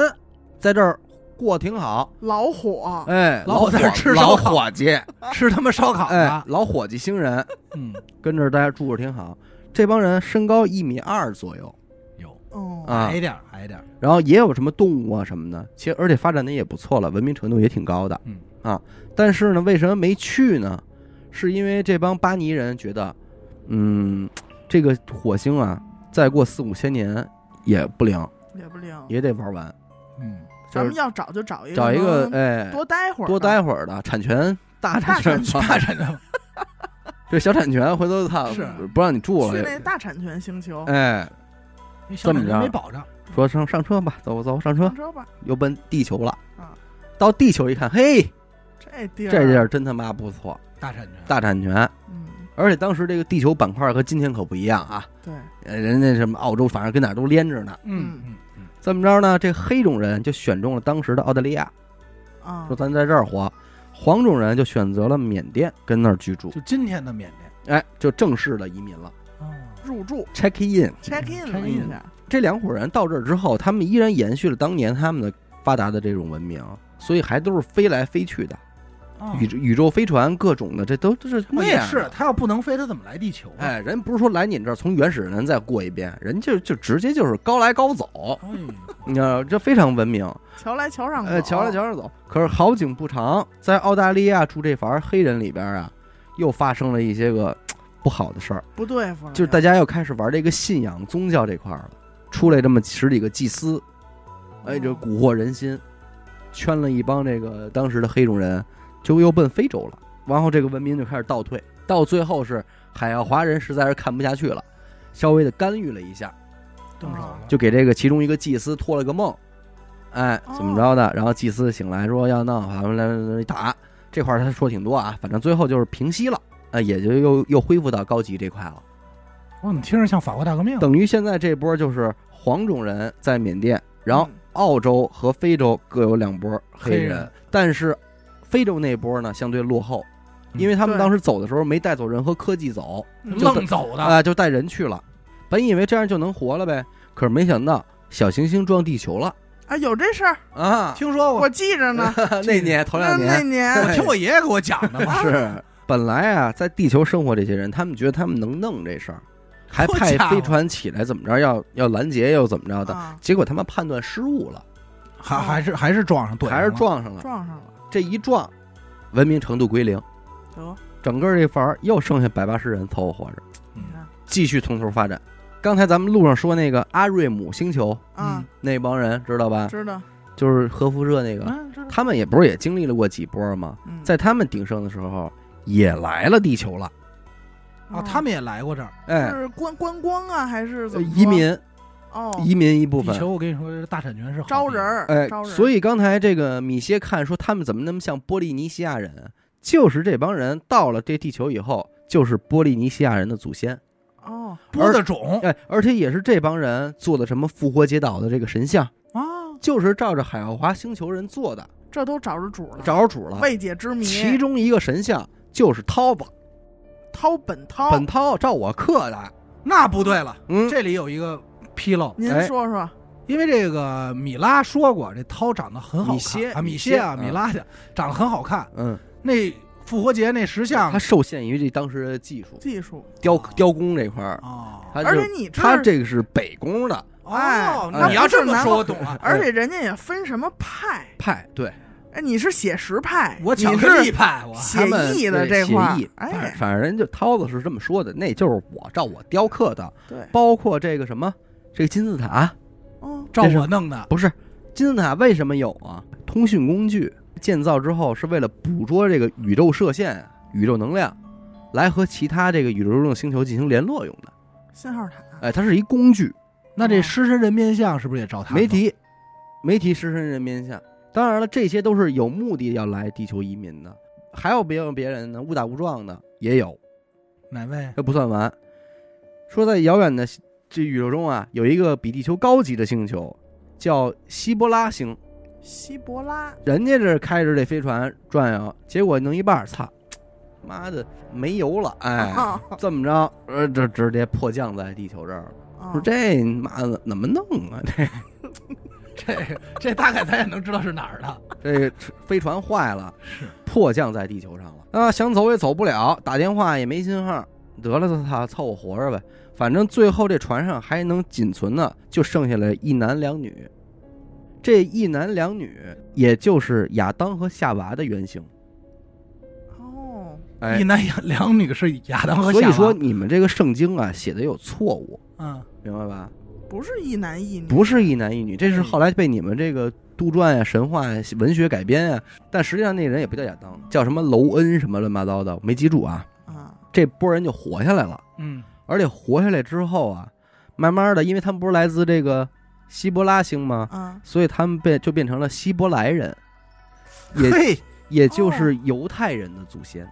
Speaker 1: 在这儿过挺好，
Speaker 3: 老火，
Speaker 1: 哎，
Speaker 2: 老
Speaker 1: 伙
Speaker 2: 在这儿吃
Speaker 1: 老
Speaker 2: 烧烤啊
Speaker 1: 伙计，
Speaker 2: 吃他妈烧烤
Speaker 1: 哎
Speaker 2: 呢，。
Speaker 1: 老伙计星人
Speaker 2: 嗯，
Speaker 1: 跟这儿待着住着挺好。这帮人身高一米二左右，
Speaker 2: 有
Speaker 3: 哦，
Speaker 1: 啊
Speaker 2: 矮点儿矮点儿，
Speaker 1: 然后也有什么动物啊什么的，其实而且发展的也不错了，文明程度也挺高的。
Speaker 2: 嗯
Speaker 1: 啊，但是呢，为什么没去呢？是因为这帮巴尼人觉得，嗯，这个火星啊，再过四五千年也不灵，
Speaker 3: 也不灵。
Speaker 1: 也得玩完。
Speaker 2: 嗯，
Speaker 1: 就
Speaker 3: 咱们
Speaker 1: 是
Speaker 3: 要找就找一个，
Speaker 1: 找一个哎，
Speaker 3: 多待会儿，
Speaker 1: 多待会儿的产权大产权
Speaker 3: 大产权
Speaker 1: 吧，
Speaker 2: 那真的
Speaker 1: 这小产权回头他
Speaker 2: 是
Speaker 1: 不让你住
Speaker 3: 去那
Speaker 1: 了。
Speaker 3: 大产权星球，
Speaker 1: 哎，
Speaker 2: 那小
Speaker 1: 这么着
Speaker 2: 人没保障，
Speaker 1: 说上上车吧，走走上车
Speaker 3: 上，车吧。
Speaker 1: 又奔地球了
Speaker 3: 啊。
Speaker 1: 到地球一看，嘿，
Speaker 3: 这地儿，啊
Speaker 1: 这地儿真他妈不错，
Speaker 2: 大产权，
Speaker 1: 大产权。
Speaker 3: 嗯，
Speaker 1: 而且当时这个地球板块和今天可不一样啊，
Speaker 3: 对，
Speaker 1: 呃人家什么澳洲，反正跟哪儿都连着呢。
Speaker 2: 嗯嗯嗯，
Speaker 1: 这么着呢，这黑种人就选中了当时的澳大利亚，
Speaker 3: 啊
Speaker 1: 说，咱在这儿活；黄种人就选择了缅甸，跟那儿居住。
Speaker 2: 嗯就今天的缅甸，
Speaker 1: 哎，就正式的移民了
Speaker 2: 哦，
Speaker 3: 入住
Speaker 1: ，check in。
Speaker 3: check in 了
Speaker 2: check
Speaker 3: 一
Speaker 2: in
Speaker 3: 下，
Speaker 1: 这两伙人到这儿之后，他们依然延续了当年他们的发达的这种文明，所以还都是飞来飞去的，
Speaker 2: 哦
Speaker 1: 宇宙宇宙飞船各种的，这都都是
Speaker 2: 哦
Speaker 1: 那
Speaker 2: 也
Speaker 1: 样的。
Speaker 2: 是，他要不能飞，他怎么来地球啊？
Speaker 1: 哎，人不是说来你这儿从原始人再过一遍，人就就直接就是高来高走，
Speaker 2: 哎，
Speaker 1: 你知道这非常文明。
Speaker 3: 瞧来瞧上，
Speaker 1: 呃，瞧着，瞧着走。可是好景不长，在澳大利亚住这房黑人里边啊，又发生了一些个不好的事儿，
Speaker 3: 不对付了，
Speaker 1: 就是大家又开始玩这个信仰宗教这块儿了，出来这么十几个祭司，哎，这蛊惑人心，圈了一帮这个当时的黑种人，就又奔非洲了。然后这个文明就开始倒退，到最后是海奥华人实在是看不下去了，稍微的干预了一下，
Speaker 2: 动手了，
Speaker 1: 就给这个其中一个祭司托了个梦，哎，怎么着的？然后祭司醒来说要闹，咱们来来来打。这块儿他说挺多啊，反正最后就是平息了，啊，也就又又恢复到高级这块了。
Speaker 2: 我怎么听着像法国大革命？
Speaker 1: 等于现在这波就是黄种人在缅甸，然后
Speaker 3: 嗯
Speaker 1: 澳洲和非洲各有两波黑
Speaker 2: 黑
Speaker 1: 人
Speaker 2: 人，
Speaker 1: 但是非洲那波呢相对落后，因为他们
Speaker 3: 对
Speaker 1: 当时走的时候没带走任何科技走，
Speaker 3: 嗯
Speaker 1: 就
Speaker 2: 愣走的，
Speaker 1: 啊、就带人去了。本以为这样就能活了呗，可是没想到小行星撞地球了
Speaker 3: 啊，有这事儿，
Speaker 1: 啊！
Speaker 2: 听说
Speaker 3: 我
Speaker 2: 过，
Speaker 3: 记着呢，
Speaker 1: 那年哎头两
Speaker 3: 那那
Speaker 1: 年
Speaker 3: 年
Speaker 2: 我听我爷爷给我讲的嘛，
Speaker 1: 哎是本来啊，在地球生活这些人，他们觉得他们能弄这事儿，还
Speaker 2: 好
Speaker 1: 派
Speaker 2: 家伙
Speaker 1: 飞船起来怎么着，要要拦截又怎么着的，
Speaker 3: 啊
Speaker 1: 结果他们判断失误了，
Speaker 2: 还还是
Speaker 3: 啊
Speaker 2: 还是撞上，对，
Speaker 1: 还是，撞上了。
Speaker 3: 撞上了，
Speaker 1: 这一撞，文明程度归零。
Speaker 3: 得
Speaker 1: 整个这房儿又剩下百八十人凑合活着，
Speaker 3: 你
Speaker 2: 嗯
Speaker 3: 看
Speaker 1: 继续从头发展。刚才咱们路上说那个阿瑞姆星球
Speaker 3: 啊，
Speaker 1: 那帮人知道吧？
Speaker 3: 知道，
Speaker 1: 就是核辐射那个，
Speaker 3: 嗯，知道，
Speaker 1: 他们也不是也经历了过几波吗？
Speaker 3: 嗯
Speaker 1: 在他们鼎盛的时候，也来了地球了，
Speaker 2: 啊，他们也来过这儿。
Speaker 1: 哎，
Speaker 3: 嗯是观观光啊，还是怎
Speaker 1: 呃
Speaker 3: 么说
Speaker 1: 移民
Speaker 3: 哦，
Speaker 1: 移民一部
Speaker 2: 地球，
Speaker 1: 分，
Speaker 2: 我跟你说，这大产权是好地
Speaker 3: 招人，儿，
Speaker 1: 哎
Speaker 3: 招，人，
Speaker 1: 所
Speaker 3: 以
Speaker 1: 以刚才这个米歇看说他们怎么那么像波利尼西亚人啊，就是这帮人到了这地球以后，就是波利尼西亚人的祖先，
Speaker 3: 哦，
Speaker 2: 播的种
Speaker 1: 哎，而且也是这帮人做的什么复活节岛的这个神像，
Speaker 2: 啊，
Speaker 1: 就是照着海奥华星球人做的，
Speaker 3: 这都找着主了，
Speaker 1: 找着主了。
Speaker 3: 未解之谜，
Speaker 1: 其中一个神像就是涛吧，
Speaker 3: 掏本掏，
Speaker 1: 本涛照我刻的，
Speaker 2: 那不对了。
Speaker 1: 嗯，
Speaker 2: 这里有一个纰漏，
Speaker 3: 您
Speaker 1: 哎
Speaker 3: 说说，
Speaker 2: 因为这个米拉说过，这涛长得很好
Speaker 1: 米歇
Speaker 2: 看啊，米歇啊，
Speaker 1: 米歇
Speaker 2: 米拉去长得很好看。
Speaker 1: 嗯，
Speaker 2: 那复活节那石像
Speaker 1: 它受限于这当时的技术，
Speaker 3: 技术，
Speaker 1: 雕
Speaker 2: 啊
Speaker 1: 雕工这块儿，
Speaker 2: 啊，
Speaker 1: 它
Speaker 3: 而
Speaker 1: 就
Speaker 3: 且你这
Speaker 1: 它这个是北宫的
Speaker 3: 哎
Speaker 2: 哦，
Speaker 1: 哎
Speaker 2: 那你要这么说，我懂了。
Speaker 3: 而且人家也分什么派，
Speaker 1: 派，对，
Speaker 3: 哎，你是写实派，
Speaker 2: 我
Speaker 3: 你
Speaker 2: 抢是
Speaker 3: 是
Speaker 2: 立派， 我
Speaker 3: 写
Speaker 1: 他们
Speaker 3: 意的
Speaker 1: 对
Speaker 3: 这块儿
Speaker 1: 写意，
Speaker 3: 哎
Speaker 1: 反反正人家涛子是这么说的，那就是我照我雕刻的，
Speaker 3: 对，
Speaker 1: 包括这个什么这个金字塔，
Speaker 3: 嗯，
Speaker 2: 照我弄的。
Speaker 1: 不是金字塔为什么有啊？通讯工具建造之后是为了捕捉这个宇宙射线、啊宇宙能量，来和其他这个宇宙中的星球进行联络用的。
Speaker 3: 信号塔，
Speaker 1: 哎，它是一工具，
Speaker 2: 那这狮身人面像是不是也照他？
Speaker 1: 没，提，没提狮身人面像。当然了，这些都是有目的要来地球移民的，还有别有别人呢，误打误撞的也有，
Speaker 2: 哪位？
Speaker 1: 这不算完。说在遥远的西这宇宙中啊，有一个比地球高级的星球，叫希波拉星。
Speaker 3: 希伯拉，
Speaker 1: 人家这开着这飞船转悠，结果弄一半儿，操，妈的没油了，哎，
Speaker 3: 啊
Speaker 1: 这么着，呃，这直接迫降在地球这儿了。
Speaker 3: 啊
Speaker 1: 说这妈的怎么弄啊？ 这
Speaker 2: 这 这大概咱也能知道是哪儿的。
Speaker 1: 这个飞船坏了，
Speaker 2: 是
Speaker 1: 迫降在地球上了。啊，想走也走不了，打电话也没信号。得了，他凑合活着呗。反正最后这船上还能仅存的就剩下了一男两女。这一男两女，也就是亚当和夏娃的原型。
Speaker 3: 哦，
Speaker 1: 哎
Speaker 2: 一，男两女是亚当和夏
Speaker 1: 所
Speaker 2: 娃。
Speaker 1: 以说，你们这个圣经啊写的有错误，
Speaker 2: 嗯，
Speaker 1: 明白吧？
Speaker 3: 不是一男一女，
Speaker 1: 不是一男一女，这是
Speaker 2: 嗯
Speaker 1: 后来被你们这个杜撰呀、神话呀、文学改编呀。但实际上那人也不叫亚当，叫什么楼恩什么乱七八糟的，我没记住啊。
Speaker 3: 啊，
Speaker 1: 这波人就活下来了，
Speaker 2: 嗯，
Speaker 1: 而且活下来之后啊，慢慢的，因为他们不是来自这个希伯拉星吗？
Speaker 3: 啊，
Speaker 1: 所以他们被就变成了希伯来人， 也
Speaker 2: 嘿，
Speaker 1: 也就是犹太人的祖先。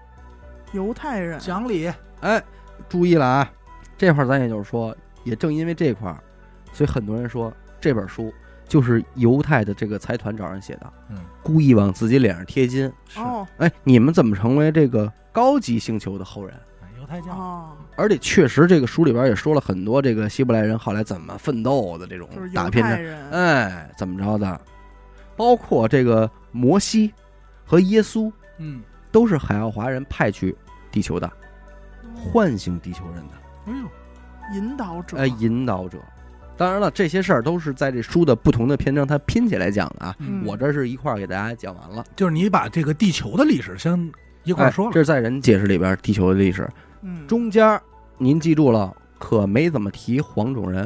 Speaker 3: 犹太人，
Speaker 2: 讲理，
Speaker 1: 哎，注意了啊，这块儿咱也就是说，也正因为这块儿，所以很多人说这本书就是犹太的这个财团找人写的，
Speaker 2: 嗯，
Speaker 1: 故意往自己脸上贴金。
Speaker 2: 是
Speaker 3: 哦
Speaker 1: 哎，你们怎么成为这个高级星球的后人？
Speaker 2: 犹太教。
Speaker 3: 哦，
Speaker 1: 而且确实，这个书里边也说了很多这个希伯来人后来怎么奋斗的这种
Speaker 3: 就是犹
Speaker 1: 打拼
Speaker 3: 太
Speaker 1: 的，
Speaker 3: 人，
Speaker 1: 哎，怎么着的，包括这个摩西和耶稣
Speaker 2: 嗯，
Speaker 1: 都是海奥华人派去地球的，
Speaker 3: 哦
Speaker 1: 唤醒地球人的。
Speaker 2: 哎呦，
Speaker 3: 引导者，
Speaker 1: 呃，引导者。当然了，这些事儿都是在这书的不同的篇章它拼起来讲的啊。
Speaker 3: 嗯
Speaker 1: 我这是一块儿给大家讲完了，
Speaker 2: 就是你把这个地球的历史先一
Speaker 1: 一
Speaker 2: 块儿说了。
Speaker 1: 哎这是在人解释里边儿地球的历史，
Speaker 3: 嗯，
Speaker 1: 中间儿您记住了，可没怎么提黄种人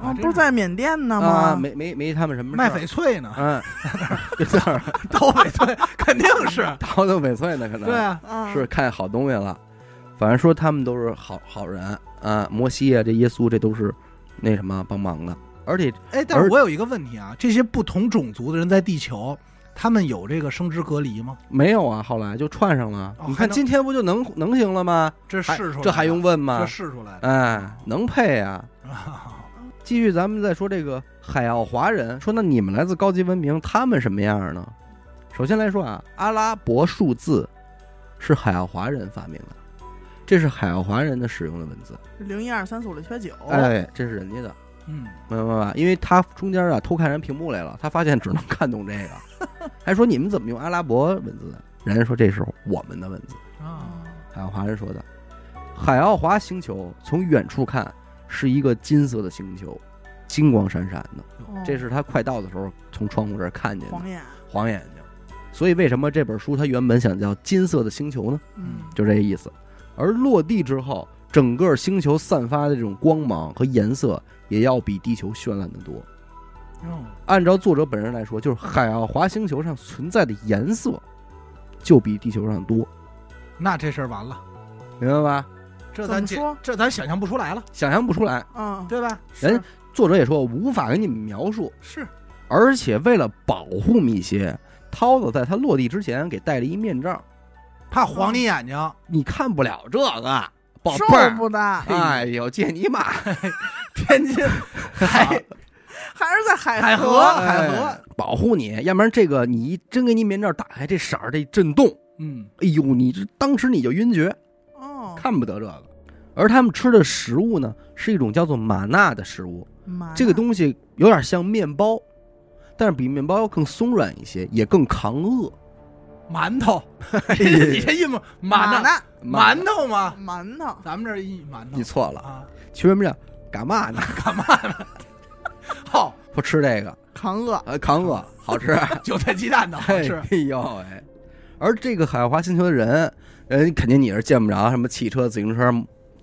Speaker 3: 啊
Speaker 2: 啊
Speaker 3: 不是在缅甸呢
Speaker 1: 啊，
Speaker 3: 吗？
Speaker 1: 没没没他们什么
Speaker 2: 卖
Speaker 1: 事儿
Speaker 2: 翡翠呢，
Speaker 1: 嗯，就这儿
Speaker 2: 倒翡翠肯定是。
Speaker 1: 倒腾翡翠呢，可能
Speaker 2: 对啊，
Speaker 3: 啊，
Speaker 1: 是看好东西了。反正说他们都是好好人啊，摩西啊，这耶稣这都是那什么帮忙的，而且
Speaker 2: 哎，但是
Speaker 1: 而
Speaker 2: 我有一个问题啊，这些不同种族的人在地球，他们有这个生殖隔离吗？
Speaker 1: 没有啊，后来就串上了。
Speaker 2: 哦
Speaker 1: 你
Speaker 2: 还
Speaker 1: 看
Speaker 2: 能
Speaker 1: 今天不就能能行了吗？
Speaker 2: 这
Speaker 1: 还
Speaker 2: 试出来的，啊
Speaker 1: 这还用问吗
Speaker 2: 这？试出来的。
Speaker 1: 哎，能配啊！继续，咱们再说这个海奥华人，说那你们来自高级文明，他们什么样呢？首先来说啊，阿拉伯数字是海奥华人发明的，这是海奥华人的使用的文字。
Speaker 3: 零一二三四五六七八
Speaker 2: 哦
Speaker 3: 九，
Speaker 1: 哎，这是人家的，
Speaker 2: 嗯，
Speaker 1: 明白吧？因为他中间啊偷看人屏幕来了，他发现只能看懂这 个，还说你们怎么用阿拉伯文字？人家说这是我们的文字。
Speaker 2: 啊，
Speaker 1: 海奥华人说的。海奥华星球从远处看是一个金色的星球，金光闪闪的，
Speaker 3: 哦
Speaker 1: 这是他快到的时候从窗户这儿看见的
Speaker 3: 黄眼，
Speaker 1: 黄眼睛。所以为什么这本书它原本想叫《金色的星球》呢？
Speaker 3: 嗯，
Speaker 1: 就这意思。而落地之后，整个星球散发的这种光芒和颜色也要比地球绚烂得多。
Speaker 2: 哦
Speaker 1: 按照作者本人来说，就是海奥华星球上存在的颜色就比地球上多，
Speaker 2: 那这事儿完了，
Speaker 1: 明白吧？
Speaker 2: 这
Speaker 3: 怎
Speaker 2: 咱
Speaker 3: 么
Speaker 2: 解
Speaker 3: 说
Speaker 2: 这咱想象不出来了，
Speaker 1: 想象不出来。
Speaker 3: 啊，
Speaker 2: 对吧？
Speaker 3: 是
Speaker 1: 人作者也说我无法给你们描述，
Speaker 2: 是，
Speaker 1: 而且为了保护密歇，涛子在他落地之前给戴了一面罩，
Speaker 2: 怕晃你眼睛，
Speaker 1: 你看不了这个，宝
Speaker 3: 受
Speaker 1: 贝儿。
Speaker 3: 不得，
Speaker 1: 哎呦，借你妈！
Speaker 2: 天津 海
Speaker 3: 还是在海
Speaker 2: 海
Speaker 3: 河
Speaker 2: 河海
Speaker 1: 哎
Speaker 2: 河，
Speaker 1: 保护你，要不然这个你一真给你面罩打开，这色儿这震动，
Speaker 2: 嗯，
Speaker 1: 哎呦，你这当时你就晕厥，
Speaker 3: 哦，
Speaker 1: 看不得这个。而他们吃的食物呢，是一种叫做玛纳的食物，
Speaker 3: 妈
Speaker 1: 这个
Speaker 3: 呀
Speaker 1: 东西有点像面包，但是比面包要更松软一些，也更抗饿。
Speaker 2: 哦馒 头，你这一 馒馒
Speaker 3: 呢，
Speaker 2: 头馒头吗？
Speaker 3: 馒头，
Speaker 2: 咱们这儿一馒头
Speaker 1: 你错了，
Speaker 2: 啊，
Speaker 1: 学什么叫干嘛呢？
Speaker 2: 好，
Speaker 1: 不吃这个，
Speaker 3: 扛饿，
Speaker 1: 呃，抗饿，好吃。
Speaker 2: 韭菜鸡蛋的哦 好吃，
Speaker 1: 哎呦喂、而这个海华星球的人，人肯定你是见不着什么汽车、自行车、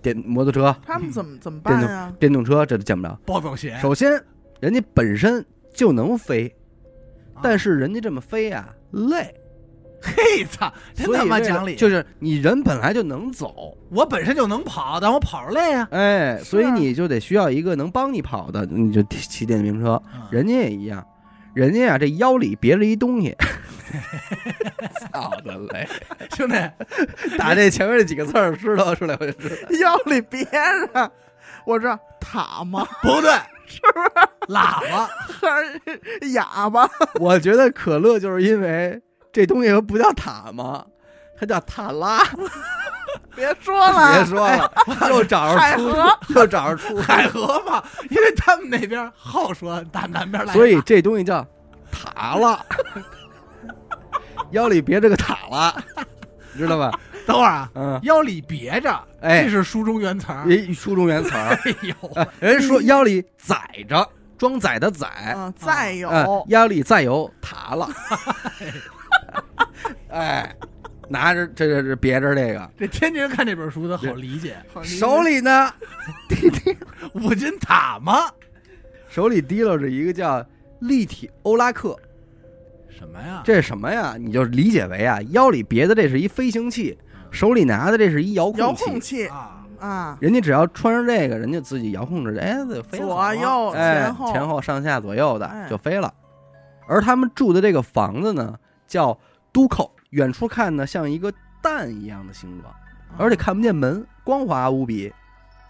Speaker 1: 电摩托车、
Speaker 3: 他们怎么怎么办呀？
Speaker 1: 电动车，这都见不着。
Speaker 2: 暴走鞋，
Speaker 1: 首先，人家本身就能飞，
Speaker 2: 啊
Speaker 1: 但是人家这么飞啊，累，
Speaker 2: 嘿操，真
Speaker 1: 所以
Speaker 2: 他妈
Speaker 1: 这个
Speaker 2: 讲理，
Speaker 1: 就是你人本来就能走，
Speaker 2: 我本身就能跑，但我跑着累啊，
Speaker 1: 哎，
Speaker 3: 是
Speaker 1: 所以你就得需要一个能帮你跑的，你就骑骑电瓶车。
Speaker 2: 嗯
Speaker 1: 人家也一样，人家啊这腰里别着一东西， 操的嘞！
Speaker 2: 嗯兄弟，
Speaker 1: 打这前面这几个字儿知道出来我就知道。
Speaker 3: 腰里别着，我这塔吗？
Speaker 2: 不对，是不是喇叭？
Speaker 3: 还是哑巴？
Speaker 1: 我觉得可乐就是因为这东西不叫塔吗？它叫塔拉，
Speaker 3: 别说了，
Speaker 1: 别说了，又找着
Speaker 3: 哎海
Speaker 1: 出，
Speaker 3: 河
Speaker 1: 又找着出
Speaker 2: 海河嘛，因为他们那边好说打南边来，
Speaker 1: 所以这东西叫塔 了，腰里别着个塔 了，知道吧？
Speaker 2: 等会儿啊，
Speaker 1: 嗯，
Speaker 2: 腰里别着，
Speaker 1: 哎
Speaker 2: 这是书中原词儿。
Speaker 1: 人书中原词 儿，
Speaker 2: 哎呦，
Speaker 1: 哎人说腰里载着，装载的载，
Speaker 3: 嗯，再有
Speaker 1: 嗯，腰里再有塔 了，哎，拿着这这这别着这个，
Speaker 2: 这天津人看这本书的好理解，
Speaker 3: 好理解
Speaker 1: 手里呢，
Speaker 2: 五金塔吗？
Speaker 1: 手里提溜着一个叫立体欧拉克，
Speaker 3: 啊
Speaker 2: 什么呀？
Speaker 1: 这是什么呀？你就理解为啊，腰里别的这是一飞行器，手里拿的这是一遥
Speaker 3: 嗯遥
Speaker 1: 控器
Speaker 3: 控。器
Speaker 2: 啊，
Speaker 3: 啊，
Speaker 1: 人家只要穿上这个，人家自己遥控着，哎，就飞了
Speaker 3: 左右
Speaker 1: 哎
Speaker 3: 嗯前后
Speaker 1: 前后上下左右的
Speaker 3: 哎
Speaker 1: 就飞了。而他们住的这个房子呢，叫都寇，远处看呢像一个蛋一样的形状，
Speaker 3: 啊
Speaker 1: 而且看不见门，光滑无比。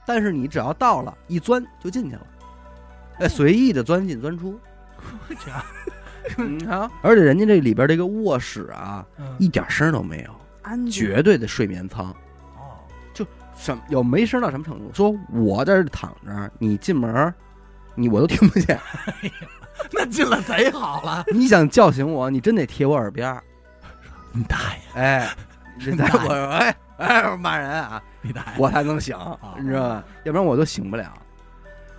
Speaker 1: 但是你只要到了，一钻就进去了，哎，
Speaker 3: 嗯
Speaker 1: 随意的钻进钻出。
Speaker 2: 我去啊，
Speaker 1: 嗯好，而且人家这里边这个卧室啊，
Speaker 2: 嗯
Speaker 1: 一点声都没有，
Speaker 3: 安全
Speaker 1: 绝对的睡眠舱。
Speaker 2: 哦，
Speaker 1: 什么有没声到什么程度？说我在这躺着，你进门儿，你我都听不见。
Speaker 2: 那进了贼好了，
Speaker 1: 你想叫醒我，你真得贴我耳边儿。
Speaker 2: 你大爷，
Speaker 1: 哎，你在我说哎哎骂人 啊，
Speaker 2: 你大爷，
Speaker 1: 我才能醒，
Speaker 2: 啊
Speaker 1: 你知道吗？要不然我都醒不了。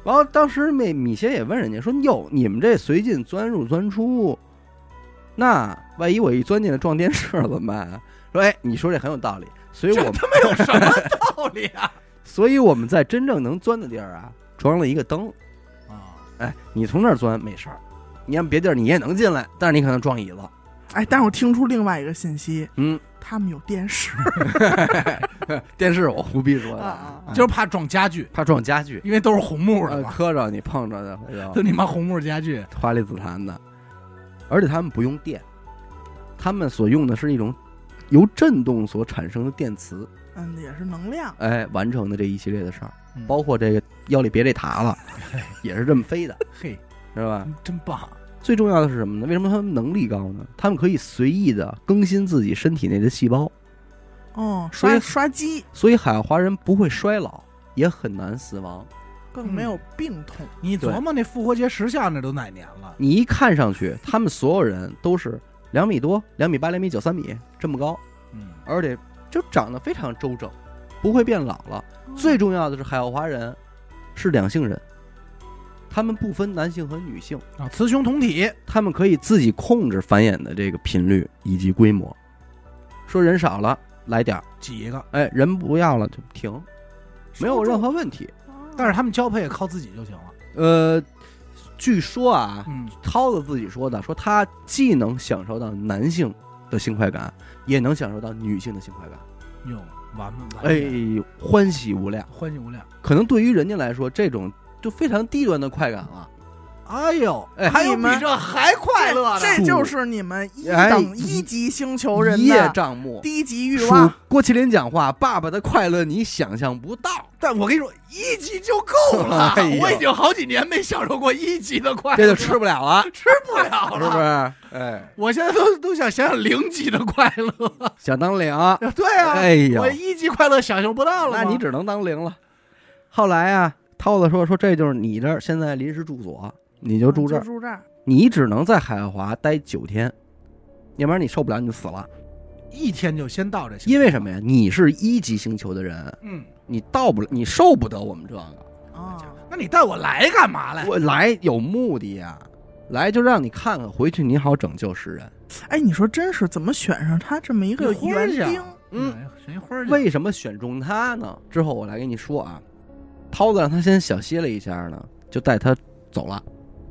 Speaker 1: 然后当时那米歇也问人家说：“哟，你们这随进钻入钻出，那万一我一钻进来撞电视了怎么办啊？”说：“哎，你说这很有道理，所以
Speaker 2: 这
Speaker 1: 我们
Speaker 2: 他妈有什么道理啊？
Speaker 1: 所以我们在真正能钻的地儿啊，装了一个灯。”
Speaker 2: 啊，
Speaker 1: 哎，你从那儿钻没事儿，你要别地儿你也能进来，但是你可能撞椅子。
Speaker 3: 哎，但是我听出另外一个信息，
Speaker 1: 嗯，
Speaker 3: 他们有电视
Speaker 1: 电视我胡逼说的，
Speaker 3: 啊
Speaker 1: 啊
Speaker 2: 就是怕撞家具，
Speaker 1: 怕撞家具，
Speaker 2: 因为都是红木的
Speaker 1: 呃
Speaker 2: 嘛，
Speaker 1: 磕着你碰着的，回头
Speaker 2: 都你妈红木家具，
Speaker 1: 花里紫檀的。而且他们不用电，他们所用的是一种由振动所产生的电磁，
Speaker 3: 嗯，也是能量，
Speaker 1: 哎，完成的这一系列的事儿，
Speaker 2: 嗯
Speaker 1: 包括这个腰里别这塔 了，也是这么飞的，
Speaker 2: 嘿，
Speaker 1: 是吧？
Speaker 2: 真棒，
Speaker 1: 最重要的是什么呢？为什么他们能力高呢？他们可以随意的更新自己身体内的细胞。
Speaker 3: 哦，
Speaker 1: 所
Speaker 3: 刷
Speaker 1: 以
Speaker 3: 刷机
Speaker 1: 所以海奥华人不会衰老，也很难死亡。
Speaker 3: 更没有病痛，
Speaker 2: 你
Speaker 1: 对
Speaker 2: 琢磨那复活节石像那都哪年了？
Speaker 1: 你一看上去，他们所有人都是两米多、两米八、两米九、三米这么高，
Speaker 2: 嗯，
Speaker 1: 而且就长得非常周正，嗯不会变老了。最重要的是，海奥华人是两性人，他们不分男性和女性，
Speaker 2: 啊，雌雄同体，
Speaker 1: 他们可以自己控制繁衍的这个频率以及规模。说人少了来点儿，
Speaker 2: 挤一个，
Speaker 1: 哎，人不要了就停，没有任何问题。
Speaker 2: 但是他们交配靠自己就行了。
Speaker 1: 呃，据说啊，
Speaker 2: 嗯，
Speaker 1: 涛子自己说的，说他既能享受到男性的性快感，也能享受到女性的性快感，
Speaker 2: 嗯哟，完完，
Speaker 1: 哎，欢喜无量。
Speaker 2: 欢喜无量。
Speaker 1: 可能对于人家来说，这种就非常低端的快感啊了。
Speaker 2: 哎呦，
Speaker 1: 哎
Speaker 2: 还有
Speaker 3: 你
Speaker 2: 比
Speaker 3: 们
Speaker 2: 这还快乐的，
Speaker 3: 这这就是你们一等
Speaker 1: 哎
Speaker 3: 一级星球人
Speaker 1: 一叶
Speaker 3: 的
Speaker 1: 障目，
Speaker 3: 低级欲
Speaker 1: 数
Speaker 3: 望。
Speaker 1: 郭麒麟讲话，爸爸的快乐你想象不 到。
Speaker 2: 但我跟你说，一级就够 了。
Speaker 1: 哎呦
Speaker 2: 我已经好几年没享受过一级的快乐，
Speaker 1: 这就吃不了 了，
Speaker 2: 吃不了
Speaker 1: 是不
Speaker 2: 了。
Speaker 1: 是？哎，
Speaker 2: 我现在都都想想想零级的快乐。
Speaker 1: 想当零， 那
Speaker 2: 对啊，
Speaker 1: 哎呦
Speaker 2: 我一级快乐享受不到了吗。
Speaker 1: 你只能当零了。后来啊，涛子说说这就是你这儿现在临时住所，你就住这儿，
Speaker 3: 住这儿，
Speaker 1: 你只能在海华待九天，要不然你受不了你就死了。
Speaker 2: 一天就先到这些，
Speaker 1: 因为什么呀？你是一级星球的人，
Speaker 2: 嗯，
Speaker 1: 你到不了，你受不得我们这个。
Speaker 3: 啊，
Speaker 2: 那你带我来干嘛来？
Speaker 1: 我来有目的呀、来就让你看看，回去你好拯救世人。
Speaker 3: 哎，你说真是怎么选上他这么一个
Speaker 2: 一花儿
Speaker 3: 园
Speaker 2: 去啊
Speaker 3: 丁？
Speaker 1: 嗯，
Speaker 2: 谁花儿去？
Speaker 1: 为什么选中他呢？之后我来跟你说啊。涛子让他先小歇了一下呢，就带他走了，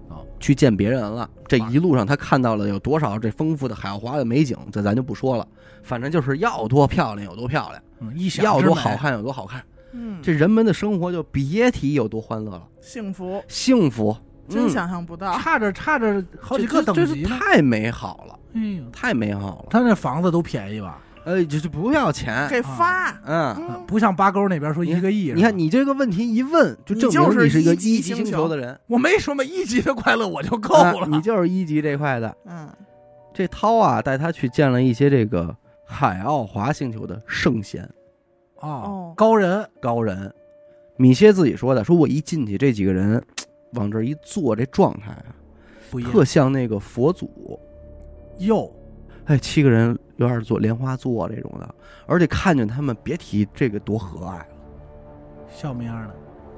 Speaker 1: 啊
Speaker 2: 哦，
Speaker 1: 去见别人了。这一路上他看到了有多少这丰富的海华的美景，这咱就不说了。反正就是要多漂亮有多漂亮，
Speaker 2: 嗯一想
Speaker 1: 要
Speaker 2: 之
Speaker 1: 多
Speaker 2: 美
Speaker 1: 好，看有多好看。
Speaker 3: 嗯，
Speaker 1: 这人们的生活就别提有多欢乐了，
Speaker 3: 幸福
Speaker 1: 幸福，
Speaker 3: 真
Speaker 1: 嗯
Speaker 3: 想象不到。
Speaker 2: 差着差着好几个等
Speaker 1: 这这
Speaker 2: 级
Speaker 1: 这
Speaker 2: 呢。
Speaker 1: 太美好了，
Speaker 2: 哎呦，
Speaker 1: 太美好了。
Speaker 2: 他那房子都便宜吧？呃
Speaker 1: 呃，就就不要钱，
Speaker 3: 给发，
Speaker 1: 嗯。
Speaker 3: 啊嗯，
Speaker 2: 不像八沟那边说
Speaker 1: 你
Speaker 2: 一个亿。
Speaker 1: 你
Speaker 2: 是
Speaker 1: 看，
Speaker 2: 吧，
Speaker 1: 你这个问题一问，就
Speaker 3: 你
Speaker 1: 证
Speaker 3: 就
Speaker 1: 明
Speaker 3: 是
Speaker 1: 你是一
Speaker 3: 一
Speaker 1: 个
Speaker 3: 级
Speaker 1: 级
Speaker 3: 星
Speaker 1: 星
Speaker 3: 球
Speaker 1: 的人。
Speaker 2: 我没说嘛，一级的快乐我就够
Speaker 1: 啊
Speaker 2: 了。
Speaker 1: 你就是一级这块的。
Speaker 3: 嗯，
Speaker 1: 这涛啊，带他去见了一些这个海奥华星球的圣贤
Speaker 2: 哦
Speaker 3: 哦，
Speaker 2: 高人
Speaker 1: 高人。米歇自己说的，说我一进去，这几个人往这儿一坐，这状态啊，
Speaker 2: 不一样
Speaker 1: 特像那个佛祖。
Speaker 2: 哟，
Speaker 1: 哎，七个人有点坐莲花座这种的，而且看见他们，别提这个多和蔼了。
Speaker 2: 笑眯样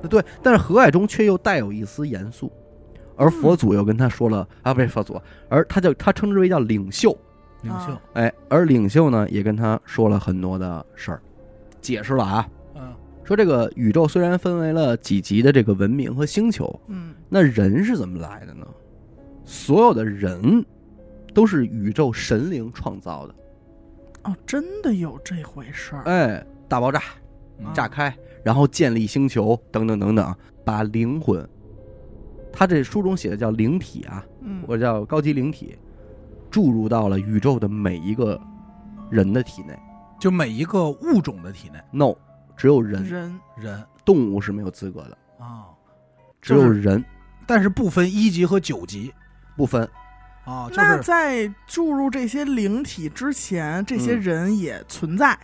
Speaker 2: 的。
Speaker 1: 对，但是和蔼中却又带有一丝严肃。而佛祖又跟他说了、啊，不是佛祖，而他叫他称之为叫领袖。
Speaker 2: 领袖
Speaker 3: 啊，
Speaker 1: 哎，而领袖呢也跟他说了很多的事儿，解释了啊，
Speaker 2: 嗯，
Speaker 1: 说这个宇宙虽然分为了几级的这个文明和星球，
Speaker 3: 嗯，
Speaker 1: 那人是怎么来的呢？所有的人都是宇宙神灵创造的。
Speaker 3: 哦，真的有这回事儿，
Speaker 1: 哎，大爆炸
Speaker 2: 嗯
Speaker 1: 炸开，然后建立星球，等等等等，把灵魂，他这书中写的叫灵体啊，
Speaker 3: 嗯，
Speaker 1: 或者叫高级灵体，注入到了宇宙的每一个人的体内。
Speaker 2: 就每一个物种的体内
Speaker 1: No，只有人。
Speaker 3: 人
Speaker 2: 人
Speaker 1: 动物是没有资格的，
Speaker 2: 啊，
Speaker 1: 只
Speaker 2: 就
Speaker 1: 有
Speaker 2: 是
Speaker 1: 人
Speaker 2: 但是不分一级和九级
Speaker 1: 不分。
Speaker 2: 啊，就
Speaker 3: 那
Speaker 2: 是
Speaker 3: 在注入这些灵体之前，这些
Speaker 1: 嗯
Speaker 3: 人也存在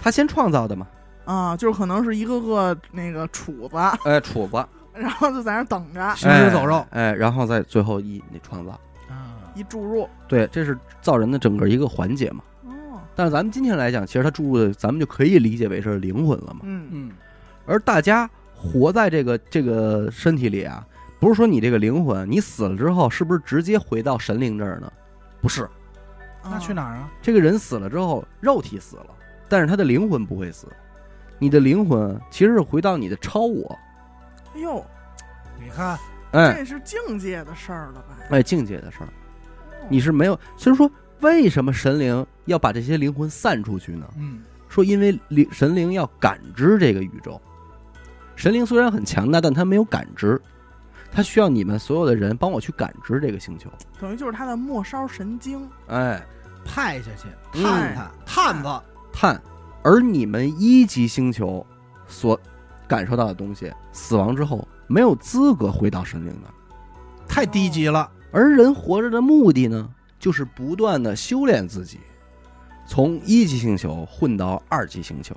Speaker 1: 他先创造的嘛，
Speaker 3: 啊，就是可能是一个个那个杵子，
Speaker 1: 哎，杵子，
Speaker 3: 然后就在那儿等着
Speaker 2: 行尸走肉
Speaker 1: 哎，哎，然后再最后一你创造，哎
Speaker 2: 啊，
Speaker 3: 一注入。
Speaker 1: 对，这是造人的整个一个环节嘛。
Speaker 3: 哦，
Speaker 1: 但是咱们今天来讲，其实它注入的，咱们就可以理解为是灵魂了嘛。
Speaker 3: 嗯
Speaker 2: 嗯，
Speaker 1: 而大家活在这个这个身体里啊，不是说你这个灵魂，你死了之后是不是直接回到神灵这儿呢？不是，
Speaker 2: 那去？哪儿啊？
Speaker 1: 这个人死了之后，肉体死了，但是他的灵魂不会死，你的灵魂其实是回到你的超我，
Speaker 3: 哎呦，
Speaker 1: 哦
Speaker 2: 你看，
Speaker 1: 哎，
Speaker 3: 这是境界的事儿了吧？
Speaker 1: 哎，境界的事儿，你是没有。所以说，为什么神灵要把这些灵魂散出去呢？
Speaker 2: 嗯，
Speaker 1: 说因为灵神灵要感知这个宇宙，神灵虽然很强大，但它没有感知，它需要你们所有的人帮我去感知这个星球。
Speaker 3: 等于就是他的末梢神经，
Speaker 1: 哎，
Speaker 2: 派下去
Speaker 1: 嗯
Speaker 2: 探探探子，
Speaker 1: 探，而你们一级星球所感受到的东西，死亡之后没有资格回到神灵那儿。
Speaker 2: 太低级了。
Speaker 1: 而人活着的目的呢，就是不断的修炼自己，从一级星球混到二级星球，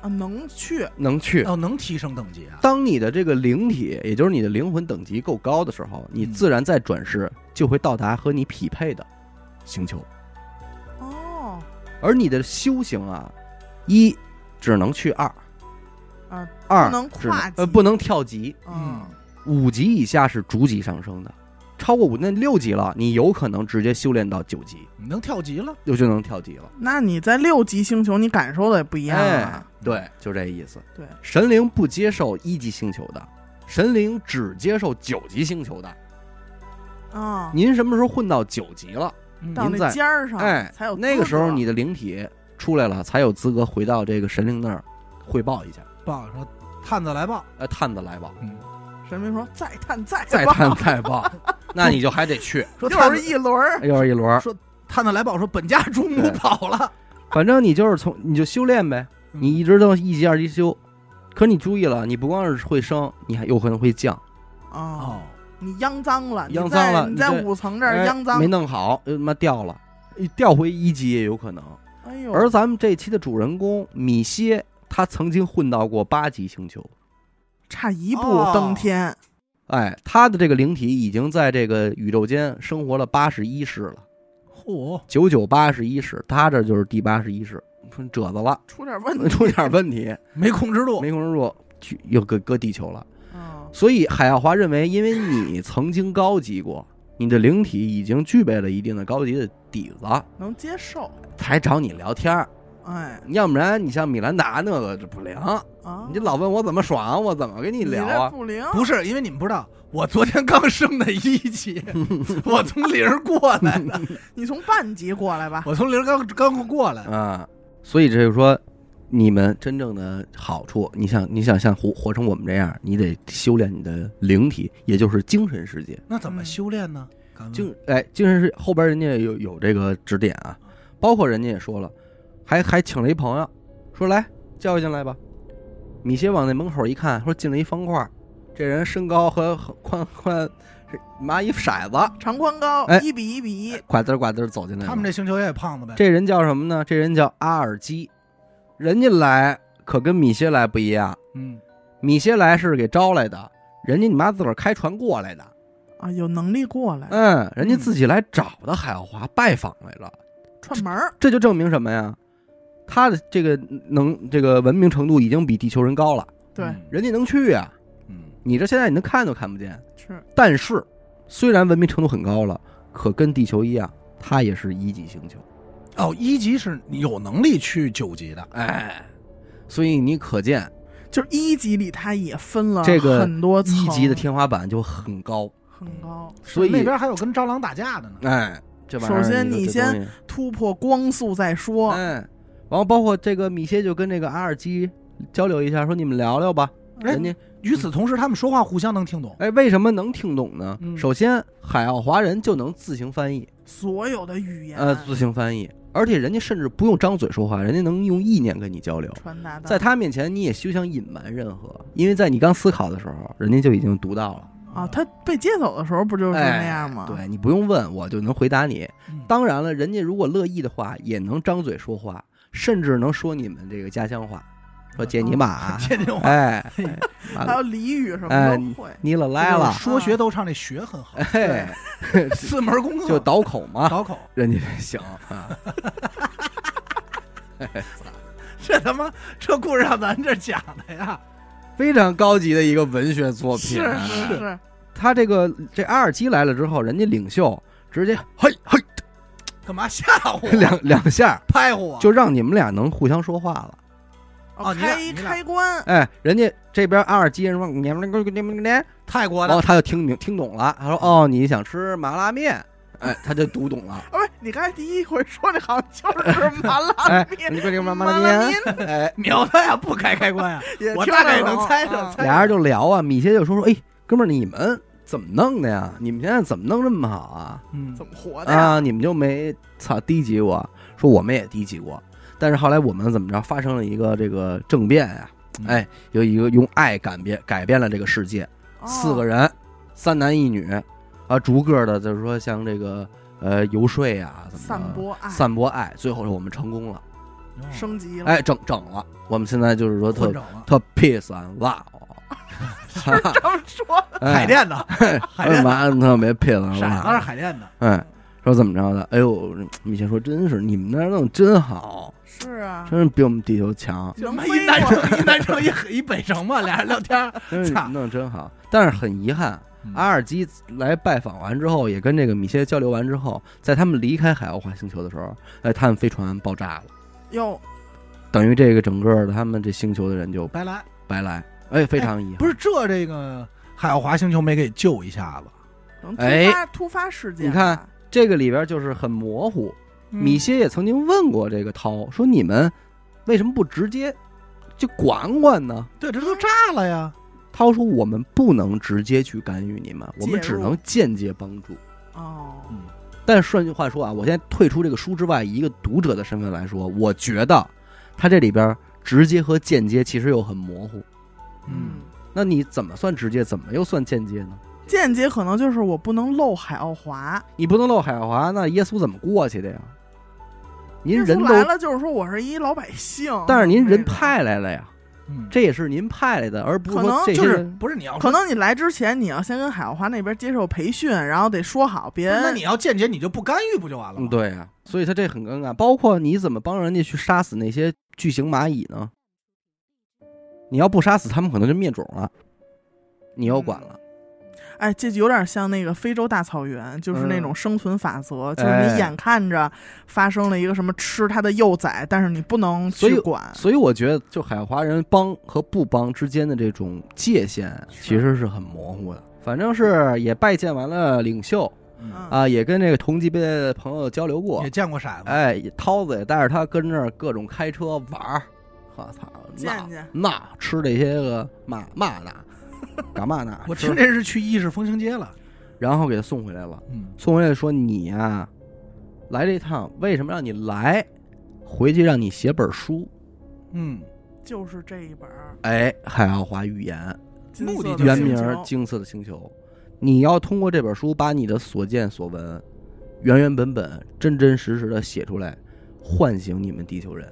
Speaker 3: 啊，能去
Speaker 1: 能去。
Speaker 2: 哦，能提升等级啊？
Speaker 1: 当你的这个灵体，也就是你的灵魂等级够高的时候，你自然再转世就会到达和你匹配的星球。
Speaker 3: 哦
Speaker 1: 而你的修行啊，一只能去二，
Speaker 3: 啊，
Speaker 1: 二
Speaker 3: 不能
Speaker 1: 只能
Speaker 3: 跨级
Speaker 1: 呃不能跳级。
Speaker 3: 嗯，
Speaker 1: 五级以下是逐级上升的，超过五那六级了，你有可能直接修炼到九级，
Speaker 2: 你嗯能跳级了，
Speaker 1: 就就能跳级了。
Speaker 3: 那你在六级星球，你感受的也不一样
Speaker 1: 哎
Speaker 3: 啊。，
Speaker 1: 对，就这意思。
Speaker 3: 对，
Speaker 1: 神灵不接受一级星球的，神灵只接受九级星球的。
Speaker 3: 哦啊，
Speaker 1: 您什么时候混到九级了？
Speaker 2: 嗯
Speaker 3: 到
Speaker 1: 您
Speaker 3: 那
Speaker 1: 在
Speaker 3: 尖儿上，
Speaker 1: 哎
Speaker 3: 才有，
Speaker 1: 那个
Speaker 3: 资
Speaker 1: 时候
Speaker 3: 格
Speaker 1: 你的灵体出来了，才有资格回到这个神灵那儿汇报一下。
Speaker 2: 报说探子来报，
Speaker 1: 呃，探子 来报，
Speaker 2: 嗯，
Speaker 3: 神明说再探再
Speaker 1: 再
Speaker 3: 吧
Speaker 1: 探再 报，那你就还得去，
Speaker 2: 说探
Speaker 3: 又
Speaker 2: 子
Speaker 3: 是一轮儿，
Speaker 1: 又是一轮儿。
Speaker 2: 探子来报说本家主母
Speaker 1: 对
Speaker 2: 跑了，
Speaker 1: 反正你就是从你就修炼呗，
Speaker 2: 嗯
Speaker 1: 你一直都一级二级修。可你注意了，你不光是会升，你还有可能会降，
Speaker 3: 哦，
Speaker 2: 哦，
Speaker 3: 你殃脏了，你
Speaker 1: 殃
Speaker 3: 在
Speaker 1: 脏了
Speaker 3: 你
Speaker 1: 你
Speaker 3: 在
Speaker 1: 这
Speaker 3: 五层这
Speaker 1: 哎
Speaker 3: 儿殃脏
Speaker 1: 没，弄好，呃又他妈掉了，掉回一级也有可能。
Speaker 3: 哎呦，
Speaker 1: 而咱们这期的主人公米歇，他曾经混到过八级星球，
Speaker 3: 差一步
Speaker 2: 哦
Speaker 3: 登天，
Speaker 1: 哎，他的这个灵体已经在这个宇宙间生活了八十一世了，
Speaker 2: 嚯，
Speaker 1: 九九八十一世，他这就是第八十一世，褶子了，
Speaker 3: 出点问题，
Speaker 1: 出点问题，
Speaker 2: 没控制住，
Speaker 1: 没控制住，去又搁搁地球了。
Speaker 3: 嗯
Speaker 1: 所以海耀华认为，因为你曾经高级过，你的灵体已经具备了一定的高级的底子，
Speaker 3: 能接受，
Speaker 1: 才找你聊天儿，
Speaker 3: 哎
Speaker 1: 要不然你像米兰达那个这不灵，
Speaker 3: 啊，
Speaker 1: 你老问我怎么爽，我怎么跟你
Speaker 3: 你
Speaker 1: 聊
Speaker 3: 这
Speaker 1: 啊？
Speaker 3: 不灵，
Speaker 2: 不是，因为你们不知道，我昨天刚升的一级，我从零儿过来的，
Speaker 3: 你从半级过来吧，
Speaker 2: 我从零儿刚刚过来，
Speaker 1: 啊，所以这就是说，你们真正的好处，你想，你想像活活成我们这样，你得修炼你的灵体，也就是精神世界。
Speaker 2: 那怎么
Speaker 3: 嗯
Speaker 2: 修炼呢？敢问
Speaker 1: 精哎，精神世后边人家有有这个指点啊，包括人家也说了，还还请了一朋友，说来叫进来吧。米歇往那门口一看，说进了一方块儿，这人身高和和宽宽是麻一色子，
Speaker 3: 长宽高
Speaker 1: 哎
Speaker 3: 一比一比一，
Speaker 1: 拐子儿拐子儿走进来了。
Speaker 2: 他们这星球也有胖子呗，
Speaker 1: 这人叫什么呢？这人叫阿尔基，人家来可跟米歇来不一样，
Speaker 2: 嗯，
Speaker 1: 米歇来是给招来的，人家你妈自个儿开船过来的，
Speaker 3: 啊，有能力过来
Speaker 1: 嗯，人家自己来找的海奥华拜访来了，
Speaker 3: 串门儿，
Speaker 1: 这就证明什么呀？他的这个能这个文明程度已经比地球人高了，
Speaker 3: 对，
Speaker 2: 嗯，
Speaker 1: 人家能去啊，
Speaker 2: 嗯，
Speaker 1: 你这现在你能看都看不见。
Speaker 3: 是
Speaker 1: 但是虽然文明程度很高了，可跟地球一样，它也是一级星球，
Speaker 2: 哦，一级是你有能力去九级的，
Speaker 1: 哎，所以你可见
Speaker 3: 就是一级里它也分了
Speaker 1: 这个
Speaker 3: 很多层，
Speaker 1: 一级的天花板就很高，
Speaker 3: 很高，
Speaker 1: 所以
Speaker 2: 那边还有跟蟑螂打架的呢，
Speaker 1: 哎，这玩意儿
Speaker 3: 首先
Speaker 1: 你
Speaker 3: 你
Speaker 1: 说这
Speaker 3: 先
Speaker 1: 东西
Speaker 3: 突破光速再说，
Speaker 1: 哎，然后包括这个米歇就跟这个阿尔基交流一下，说你们聊聊吧。
Speaker 2: 哎
Speaker 1: 人家
Speaker 2: 与此同时，他们说话互相能听懂，
Speaker 1: 哎，为什么能听懂呢？
Speaker 2: 嗯
Speaker 1: 首先，海奥华人就能自行翻译，
Speaker 3: 所有的语言
Speaker 1: 呃，自行翻译，而且人家甚至不用张嘴说话，人家能用意念跟你交
Speaker 2: 嗯
Speaker 1: 流。
Speaker 3: 传达到
Speaker 1: 在他面前，你也休想隐瞒任何，因为在你刚思考的时候，人家就已经读到了。
Speaker 3: 啊，他被接走的时候不就是那样
Speaker 2: 啊
Speaker 3: 吗？
Speaker 1: 哎对你啊不用问，我就能回答你。
Speaker 2: 嗯
Speaker 1: 当然了，人家如果乐意的话，也能张嘴说话，甚至能说你们这个家乡话，说姐你玛，
Speaker 2: 天津话，
Speaker 1: 哎，完
Speaker 3: 还
Speaker 1: 了
Speaker 3: 有俚语什么
Speaker 1: 哎
Speaker 3: 都会，
Speaker 1: 你了来了，
Speaker 2: 说学逗唱这学很好，
Speaker 1: 哎，
Speaker 2: 四门功课
Speaker 1: 就倒口嘛，
Speaker 2: 倒口，
Speaker 1: 人家这行啊，
Speaker 2: 这他妈这故事让咱这讲的呀，
Speaker 1: 非常高级的一个文学作品。
Speaker 3: 是是
Speaker 1: 哦
Speaker 3: 是，
Speaker 1: 他这个这阿尔基来了之后，人家领袖直接嘿嘿
Speaker 2: 干嘛吓唬我，
Speaker 1: 两两下，
Speaker 2: 拍唬我？
Speaker 1: 就让你们俩能互相说话了。
Speaker 2: 哦
Speaker 3: 哦，
Speaker 2: 你
Speaker 3: 开
Speaker 2: 俩
Speaker 3: 一
Speaker 2: 你俩
Speaker 3: 开关，哦
Speaker 1: 哎，人家这边阿尔基人说你们那个你们那个。
Speaker 2: 泰国
Speaker 1: 然
Speaker 2: 的
Speaker 1: 后他就听明听懂了，他说：“哦，你想吃麻辣面？”哎，他就读懂了。
Speaker 3: 啊，不是，你刚才第一回说那好像就是 麻辣，
Speaker 1: 哎
Speaker 3: 面，
Speaker 1: 你快给我麻
Speaker 3: 麻
Speaker 1: 辣
Speaker 3: 面
Speaker 1: 面。 哎，
Speaker 2: 秒他呀，不开开 关呀，
Speaker 3: 也
Speaker 2: 我
Speaker 3: 听
Speaker 2: 大
Speaker 3: 得
Speaker 2: 概能
Speaker 3: 懂
Speaker 2: 猜着
Speaker 3: 啊
Speaker 2: 猜
Speaker 1: 俩人就聊啊，米歇就说说：“哎，哥们儿，你们怎么弄的呀？你们现在怎么弄这么好啊？
Speaker 2: 嗯，
Speaker 3: 怎么活的呀？
Speaker 1: 啊，你们就没操低级过？说我们也低级过，但是后来我们怎么着发生了一个这个政变呀、
Speaker 2: 嗯
Speaker 1: 哎，有一个用爱改变改变了这个世界，啊
Speaker 3: 哦
Speaker 1: 四个
Speaker 3: 人
Speaker 1: 人，三男一女，啊，逐个的就是说像这个呃游说呀、怎么着
Speaker 3: 哦散播爱，
Speaker 1: 散播爱，最后是我们成功了，
Speaker 3: 升级了，
Speaker 1: 哎，整整了，我们现在就是说
Speaker 2: 嗯混
Speaker 1: 特
Speaker 2: 整了，
Speaker 1: 特 peace and love，
Speaker 3: 这么说
Speaker 2: 海淀的，海淀的，
Speaker 1: 哎妈特别 peace and
Speaker 2: 傻子是
Speaker 1: love，
Speaker 2: 海淀的，
Speaker 1: 哎，说怎么着的？哎呦，米歇说真是你们那儿弄得真好，
Speaker 3: 是啊，
Speaker 1: 真是比我们地球 强，
Speaker 2: 就他妈
Speaker 3: 能飞
Speaker 2: 一南城一南城一一北城嘛，俩人聊天儿，
Speaker 1: 真是
Speaker 2: 操
Speaker 1: 弄得真好。但是很遗憾，阿尔基来拜访完之后，也跟这个米歇交流完之后，在他们离开海奥华星球的时候，哎，他们飞船爆炸了，
Speaker 3: 哟，
Speaker 1: 等于这个整个的他们这星球的人就
Speaker 2: 白来
Speaker 1: 白来，哎，非常遗憾。
Speaker 2: 不是这这个海奥华星球没给救一下子，
Speaker 3: 能突
Speaker 1: 哎
Speaker 3: 发突发事件吧，
Speaker 1: 你看这个里边就是很模糊。
Speaker 3: 嗯
Speaker 1: 米歇也曾经问过这个涛，说你们为什么不直接就管管呢？
Speaker 2: 对，这都炸了呀，
Speaker 1: 涛说我们不能直接去干预你们，我们
Speaker 3: 介入
Speaker 1: 只能间接帮助。
Speaker 3: 哦，
Speaker 1: 但是换句话说啊，我现在退出这个书之外，以一个读者的身份来说，我觉得他这里边直接和间接其实又很模糊。
Speaker 2: 嗯，
Speaker 1: 那你怎么算直接，怎么又算间接呢？
Speaker 3: 间接可能就是我不能漏海奥华，
Speaker 1: 你不能漏海华，那耶稣怎么过去的呀？您
Speaker 3: 耶稣
Speaker 1: 人都，
Speaker 3: 来了哦就是说我是一老百姓，
Speaker 1: 但是您人
Speaker 3: 那种，
Speaker 1: 派来了呀，
Speaker 2: 嗯，
Speaker 1: 这也是您派来的，而不是
Speaker 3: 可
Speaker 1: 说
Speaker 3: 能
Speaker 1: 这些
Speaker 2: 就是
Speaker 1: 人
Speaker 2: 不是你要
Speaker 3: 可
Speaker 2: 说，
Speaker 3: 能你来之前你要先跟海奥华那边接受培训，然后得说好，别
Speaker 2: 那你要间接你就不干预不就完了吗
Speaker 1: 嗯，？对啊，所以他这很尴尬。包括你怎么帮人家去杀死那些巨型蚂蚁呢？你要不杀死他们，可能就灭种了。你要管了，
Speaker 3: 哎，这就有点像那个非洲大草原，就是那种生存法则，就是
Speaker 1: 嗯哎
Speaker 3: 你眼看着发生了一个什么吃它的幼崽，但是你不能
Speaker 1: 所以
Speaker 3: 去
Speaker 2: 嗯
Speaker 3: 管。
Speaker 1: 所以我觉得，就海华人帮和不帮之间的这种界限，
Speaker 2: 是
Speaker 1: 其实是很模糊的。反正是也拜见完了领袖
Speaker 2: 嗯，
Speaker 1: 啊，也跟这个同级别的朋友交流过
Speaker 2: 也。见过骰子，
Speaker 1: 哎，涛子也带着他跟这儿各种开车玩儿，我操，
Speaker 3: 见
Speaker 1: 闹
Speaker 3: 见
Speaker 1: 闹吃这些个嘛嘛 呢，干嘛呢？
Speaker 2: 我
Speaker 1: 吃
Speaker 2: 听这是去意式风情街了，
Speaker 1: 然后给他送回来了。
Speaker 2: 嗯，
Speaker 1: 送回来说你呀、来这趟为什么让你来？回去让你写本书。
Speaker 2: 嗯，
Speaker 3: 就是这一本儿
Speaker 1: 哎，海奥华预言，
Speaker 3: 金色
Speaker 2: 目的
Speaker 3: 的
Speaker 2: 就是
Speaker 1: 原
Speaker 3: 星
Speaker 1: 名
Speaker 3: 球
Speaker 1: 《金色的星球》，你要通过这本书把你的所见所闻，原原本本、真真实实的写出来，唤醒你们地球人，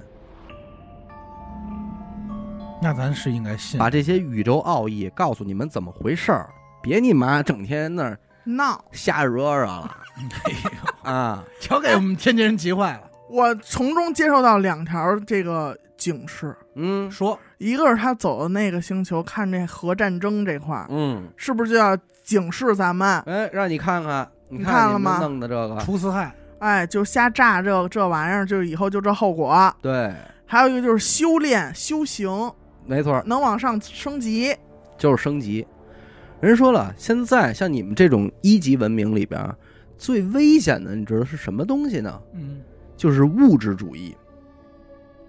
Speaker 2: 那咱是应该信，
Speaker 1: 把这些宇宙奥义告诉你们怎么回事儿。别你妈整天那儿
Speaker 3: 闹。
Speaker 1: 瞎惹惹了
Speaker 2: 哎 呦，
Speaker 1: 啊！
Speaker 2: 瞧给我们天津人急坏了，
Speaker 3: 我从中接受到两条这个警示，
Speaker 1: 嗯
Speaker 2: 说
Speaker 3: 一个是他走的那个星球，看这核战争这块儿，
Speaker 1: 嗯，
Speaker 3: 是不是就要警示咱们？
Speaker 1: 哎，让你看看，你
Speaker 3: 你看
Speaker 1: 你
Speaker 3: 了
Speaker 1: 们
Speaker 3: 吗
Speaker 1: 弄的这个，
Speaker 2: 除四害，
Speaker 3: 哎，就瞎炸这这玩意儿，就以后就这后果。
Speaker 1: 对，
Speaker 3: 还有一个就是修炼修行，
Speaker 1: 没错，
Speaker 3: 能往上升级。
Speaker 1: 就是升级。人说了，现在像你们这种一级文明里边儿，最危险的，你知道是什么东西呢？
Speaker 2: 嗯，
Speaker 1: 就是物质主义。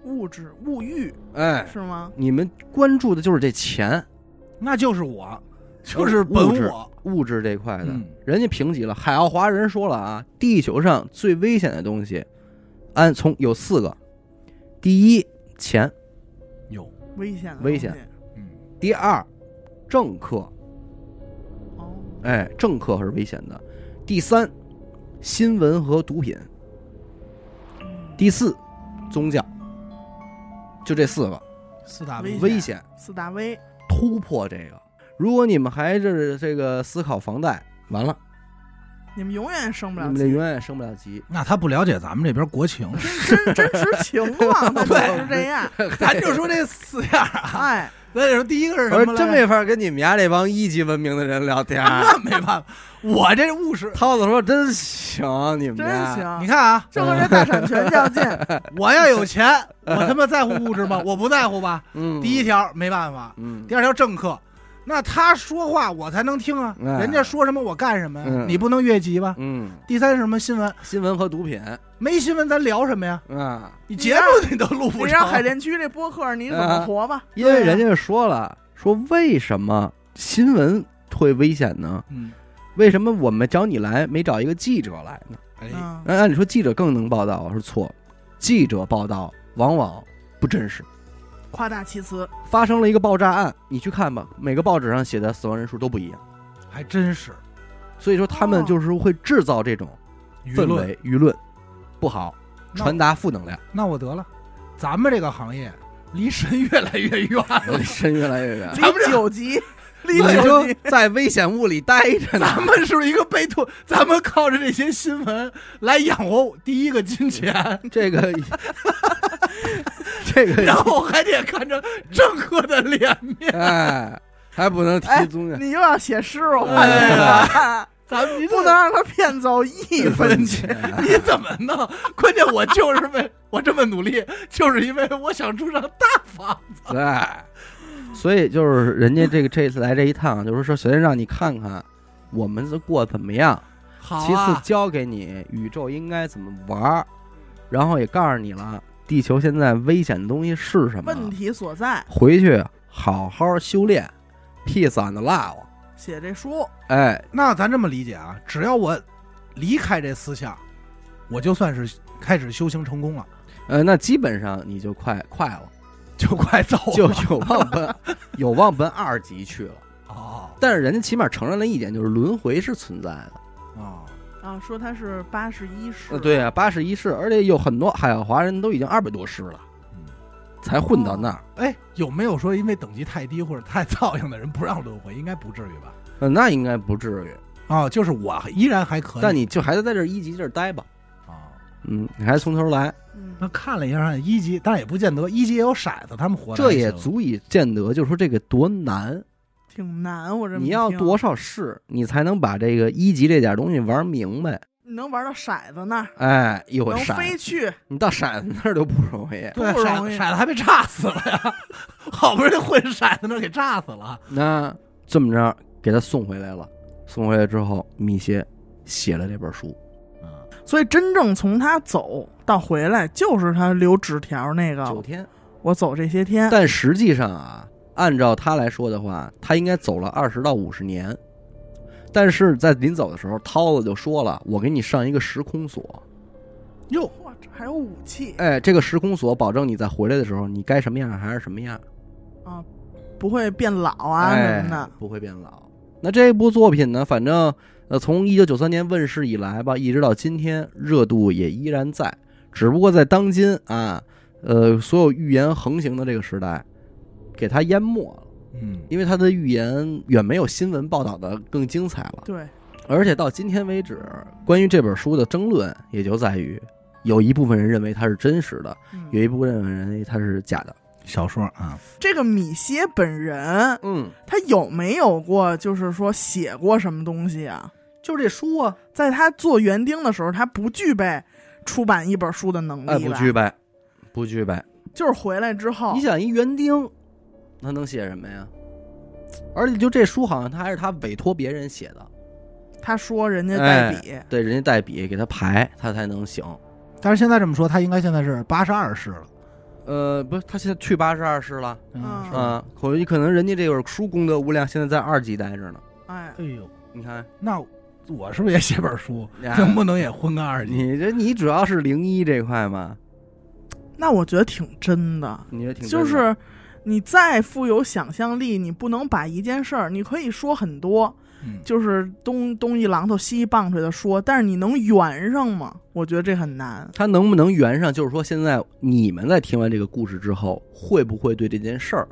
Speaker 3: 物质物欲
Speaker 1: 哎，
Speaker 3: 是吗？
Speaker 1: 你们关注的就是这钱，
Speaker 2: 那就是我，就是本我，
Speaker 1: 物质这块的。
Speaker 2: 嗯
Speaker 1: 人家评级了，海奥华人说了啊，地球上最危险的东西，按从有四个，第一钱，
Speaker 2: 有，
Speaker 3: 危险的
Speaker 1: 危
Speaker 3: 东
Speaker 1: 险
Speaker 3: 西。
Speaker 2: 嗯，
Speaker 1: 第二政客，
Speaker 3: 哦，
Speaker 1: 哎，政客是危险的。第三，新闻和毒品。
Speaker 3: 嗯
Speaker 1: 第四，宗教，就这四个
Speaker 2: 四大
Speaker 3: 危
Speaker 1: 危险，
Speaker 3: 四大危，
Speaker 1: 突破这个。如果你们还是这个思考房贷，完了，
Speaker 3: 你们永远升
Speaker 1: 你
Speaker 3: 不了
Speaker 1: 们这
Speaker 3: 级，
Speaker 1: 永远升不了级。
Speaker 2: 那他不了解咱们这边国 情，
Speaker 3: 真 真实情况，那就是这样。
Speaker 2: 咱就说这四样啊，
Speaker 3: 哎，
Speaker 2: 咱就说第一个是
Speaker 1: 我
Speaker 2: 什
Speaker 1: 说
Speaker 2: 么？
Speaker 1: 真没法跟你们家这帮一级文明的人聊天儿。
Speaker 2: 那 没办法，我这务实。
Speaker 1: 涛子说：“真行，你们
Speaker 3: 真
Speaker 1: 家
Speaker 2: 你
Speaker 3: 行，
Speaker 2: 看啊，
Speaker 3: 这和这大产
Speaker 1: 嗯
Speaker 3: 权较 劲。
Speaker 2: 我要有 钱，我他妈在乎物质吗？我不在乎 吧。
Speaker 1: 嗯，
Speaker 2: 第一，条没办法，
Speaker 1: 嗯，
Speaker 2: 第二条政客，那他说话我才能听啊，
Speaker 1: 哎
Speaker 2: 人家说什么我干什么呀？
Speaker 1: 嗯
Speaker 2: 你不能越级吧？
Speaker 1: 嗯，
Speaker 2: 第三是什么新闻？
Speaker 1: 新闻和毒品
Speaker 2: 没新闻咱聊什么呀？
Speaker 1: 啊，
Speaker 2: 你节目你都录
Speaker 3: 你
Speaker 2: 不
Speaker 3: 让
Speaker 2: 上，
Speaker 3: 海淀区这播客你怎
Speaker 1: 啊
Speaker 3: 么活吧？
Speaker 1: 因
Speaker 2: 啊
Speaker 1: 为人家说了，说为什么新闻会危险呢？
Speaker 2: 嗯，
Speaker 1: 为什么我们找你来没找一个记者来呢？
Speaker 2: 哎
Speaker 3: 对啊，嗯
Speaker 1: 按按理说记者更能报道，啊是错，记者报道往往不真实。
Speaker 3: 夸大 其词，
Speaker 1: 发生了一个爆炸案，你去看吧，每个报纸上写的死亡人数都不一样，
Speaker 2: 还真是
Speaker 1: 所以说他们
Speaker 3: 哦
Speaker 1: 就是会制造这种
Speaker 2: 舆
Speaker 1: 氛
Speaker 2: 论
Speaker 1: 围舆论不好，
Speaker 2: 那
Speaker 1: 传达负能 量，。
Speaker 2: 那我得了，咱们这个行业离神越来越远了
Speaker 1: 深越来越远。
Speaker 3: 离
Speaker 2: 咱们这
Speaker 3: 九级，离
Speaker 1: 你
Speaker 3: 九级，
Speaker 1: 就在危险物里待着呢，
Speaker 2: 咱们是不是一个被动？咱们靠着 这些新闻来养活第一个金钱，
Speaker 1: 这个 这
Speaker 2: 然
Speaker 1: 个，
Speaker 2: 后还得看着郑哥的脸 面。
Speaker 1: 哎，还不能提
Speaker 3: 哎
Speaker 1: 宗教。
Speaker 3: 你又要写诗，我
Speaker 2: 哎
Speaker 3: 看
Speaker 2: 咱们
Speaker 3: 你 不能让他骗走一 分钱。
Speaker 2: 你怎么弄？关键我就是为我这么努力，就是因为我想住上大房子。
Speaker 1: 对，哎所以就是人家这个这次来这一趟，就是说首先让你看看我们是过得怎么样，
Speaker 2: 好
Speaker 3: 啊
Speaker 2: 啊
Speaker 1: 其次教给你宇宙应该怎么玩儿，然后也告诉你了地球现在危险的东西是什么，
Speaker 3: 问题所在，
Speaker 1: 回去好好修炼，peace on the love。
Speaker 3: 写这书，
Speaker 1: 哎，
Speaker 2: 那咱这么理解啊，只要我离开这思想，我就算是开始修行成功了，
Speaker 1: 呃，那基本上你就快快 了，
Speaker 2: 就快走了。
Speaker 1: 就有望奔有望奔二级去了。
Speaker 2: 哦
Speaker 1: 但是人家起码承认了一点，就是轮回是存在的。
Speaker 2: 哦，
Speaker 3: 啊，说他是八十一世，
Speaker 1: 呃，对啊，八十一世，而且有很多海奥华人都已经二百多世了，
Speaker 2: 嗯
Speaker 1: 才混到那儿。
Speaker 3: 哦
Speaker 2: 哎，有没有说因为等级太低或者太造应的人不让轮回？应该不至于吧？
Speaker 1: 呃那应该不至于，
Speaker 2: 啊、就是我依然还可以。
Speaker 1: 但你就还得在这儿一级这儿待吧。
Speaker 2: 啊，
Speaker 1: 嗯，你还从头来，
Speaker 3: 嗯
Speaker 2: 那看了一下一级，但也不见得一级也有骰子，他们活得
Speaker 1: 这
Speaker 2: 还
Speaker 1: 也
Speaker 2: 行
Speaker 1: 足以见得，就是说这个多难。
Speaker 3: 挺难。我这么
Speaker 1: 你要
Speaker 3: 一听啊
Speaker 1: 多，少世，你才能把这个一级这点东西玩明白？
Speaker 3: 你能玩到骰子那儿，
Speaker 1: 哎，一会儿
Speaker 3: 能
Speaker 1: 闪
Speaker 3: 飞，去，
Speaker 1: 你到闪那儿都不容 易。
Speaker 2: 对，
Speaker 3: 不容
Speaker 2: 骰
Speaker 3: 易
Speaker 2: 骰子还被炸死了呀！好不容易混骰子那儿给炸死了。
Speaker 1: 那这么着给他送回来了，送回来之后，米歇写了这本书。
Speaker 2: 嗯，
Speaker 3: 所以真正从他走到回来，就是他留纸条那
Speaker 1: 九
Speaker 3: 个，
Speaker 1: 天，
Speaker 3: 我走这些天，
Speaker 1: 但实际上啊，按照他来说的话，他应该走了二十到五十年。但是在临走的时候，涛子就说了：“我给你上一个时空锁，
Speaker 2: 哟，
Speaker 3: 哇，这还有武器
Speaker 1: 哎，这个时空锁保证你在回来的时候，你该什么样还是什么样
Speaker 3: 啊，不会变老啊
Speaker 1: 哎
Speaker 3: 什么的。
Speaker 1: 不会变老。那这部作品呢，反正呃，从一九九三年问世以来吧，一直到今天，热度也依然在。只不过在当今啊，呃，所有预言横行的这个时代，给它淹没了，
Speaker 2: 嗯，
Speaker 1: 因为它的预言远没有新闻报道的更精彩了。
Speaker 3: 对，
Speaker 1: 而且到今天为止，关于这本书的争论也就在于，有一部分人认为它是真实的，
Speaker 3: 嗯
Speaker 1: 有一部分人认为它是假的。
Speaker 2: 小说啊，
Speaker 3: 这个米歇本人，
Speaker 1: 嗯，
Speaker 3: 他有没有过就是说写过什么东西啊？
Speaker 1: 就是这书啊，
Speaker 3: 在他做园丁的时候，他不具备出版一本书的能
Speaker 1: 哎，
Speaker 3: 力
Speaker 1: 不
Speaker 3: 吧？
Speaker 1: 具备，不具备。
Speaker 3: 就是回来之后
Speaker 1: 你，想一园丁，他能写什么呀？而且就这书好像他还是他委托别人写的，
Speaker 3: 他说人家代
Speaker 1: 哎
Speaker 3: 笔，
Speaker 1: 对，人家代笔给他排，他才能行。
Speaker 2: 但是现在这么说，他应该现在是八十二世了。
Speaker 1: 呃，不是，他现在去八十二世了
Speaker 3: 嗯
Speaker 2: 是吧
Speaker 1: 啊，可可能人家这本书功德无量，现在在二级待着呢。
Speaker 3: 哎，
Speaker 2: 哎呦，
Speaker 1: 你看，
Speaker 2: 那我是不是也写本书？
Speaker 1: 呀
Speaker 2: 能不能也混个二级？
Speaker 1: 你这你主要是零一这块嘛，
Speaker 3: 那我觉得挺真的，
Speaker 1: 你觉得挺
Speaker 3: 就
Speaker 1: 真的
Speaker 3: 是你再富有想象力，你不能把一件事儿，你可以说很多，
Speaker 2: 嗯
Speaker 3: 就是东东一榔头西一棒槌的说，但是你能圆上吗？我觉得这很难。
Speaker 1: 他能不能圆上？就是说，现在你们在听完这个故事之后，会不会对这件事儿，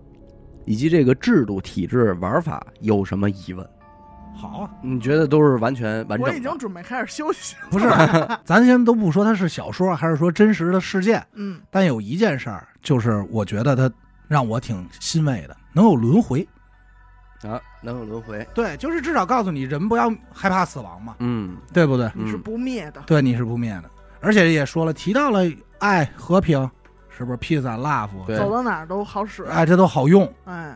Speaker 1: 以及这个制度、体制、玩法有什么疑问？
Speaker 2: 好啊，
Speaker 1: 你觉得都是完全完
Speaker 3: 我
Speaker 1: 整
Speaker 3: 已
Speaker 1: 的
Speaker 3: 经？准备开始休息。
Speaker 2: 不是，咱先都不说它是小说还是说真实的事件，
Speaker 3: 嗯，
Speaker 2: 但有一件事儿，就是我觉得它让我挺欣慰的，能有轮回。
Speaker 1: 啊，能有轮回？
Speaker 2: 对，就是至少告诉你，人不要害怕死亡嘛，
Speaker 1: 嗯，
Speaker 2: 对不对？
Speaker 3: 你是
Speaker 1: 嗯
Speaker 3: 不灭的。
Speaker 2: 对，你是不灭的，而且也说了，提到了爱、和平，是不是？peace and love，
Speaker 1: 对啊
Speaker 3: 走到哪儿都好使，
Speaker 2: 哎，这都好用。
Speaker 3: 哎，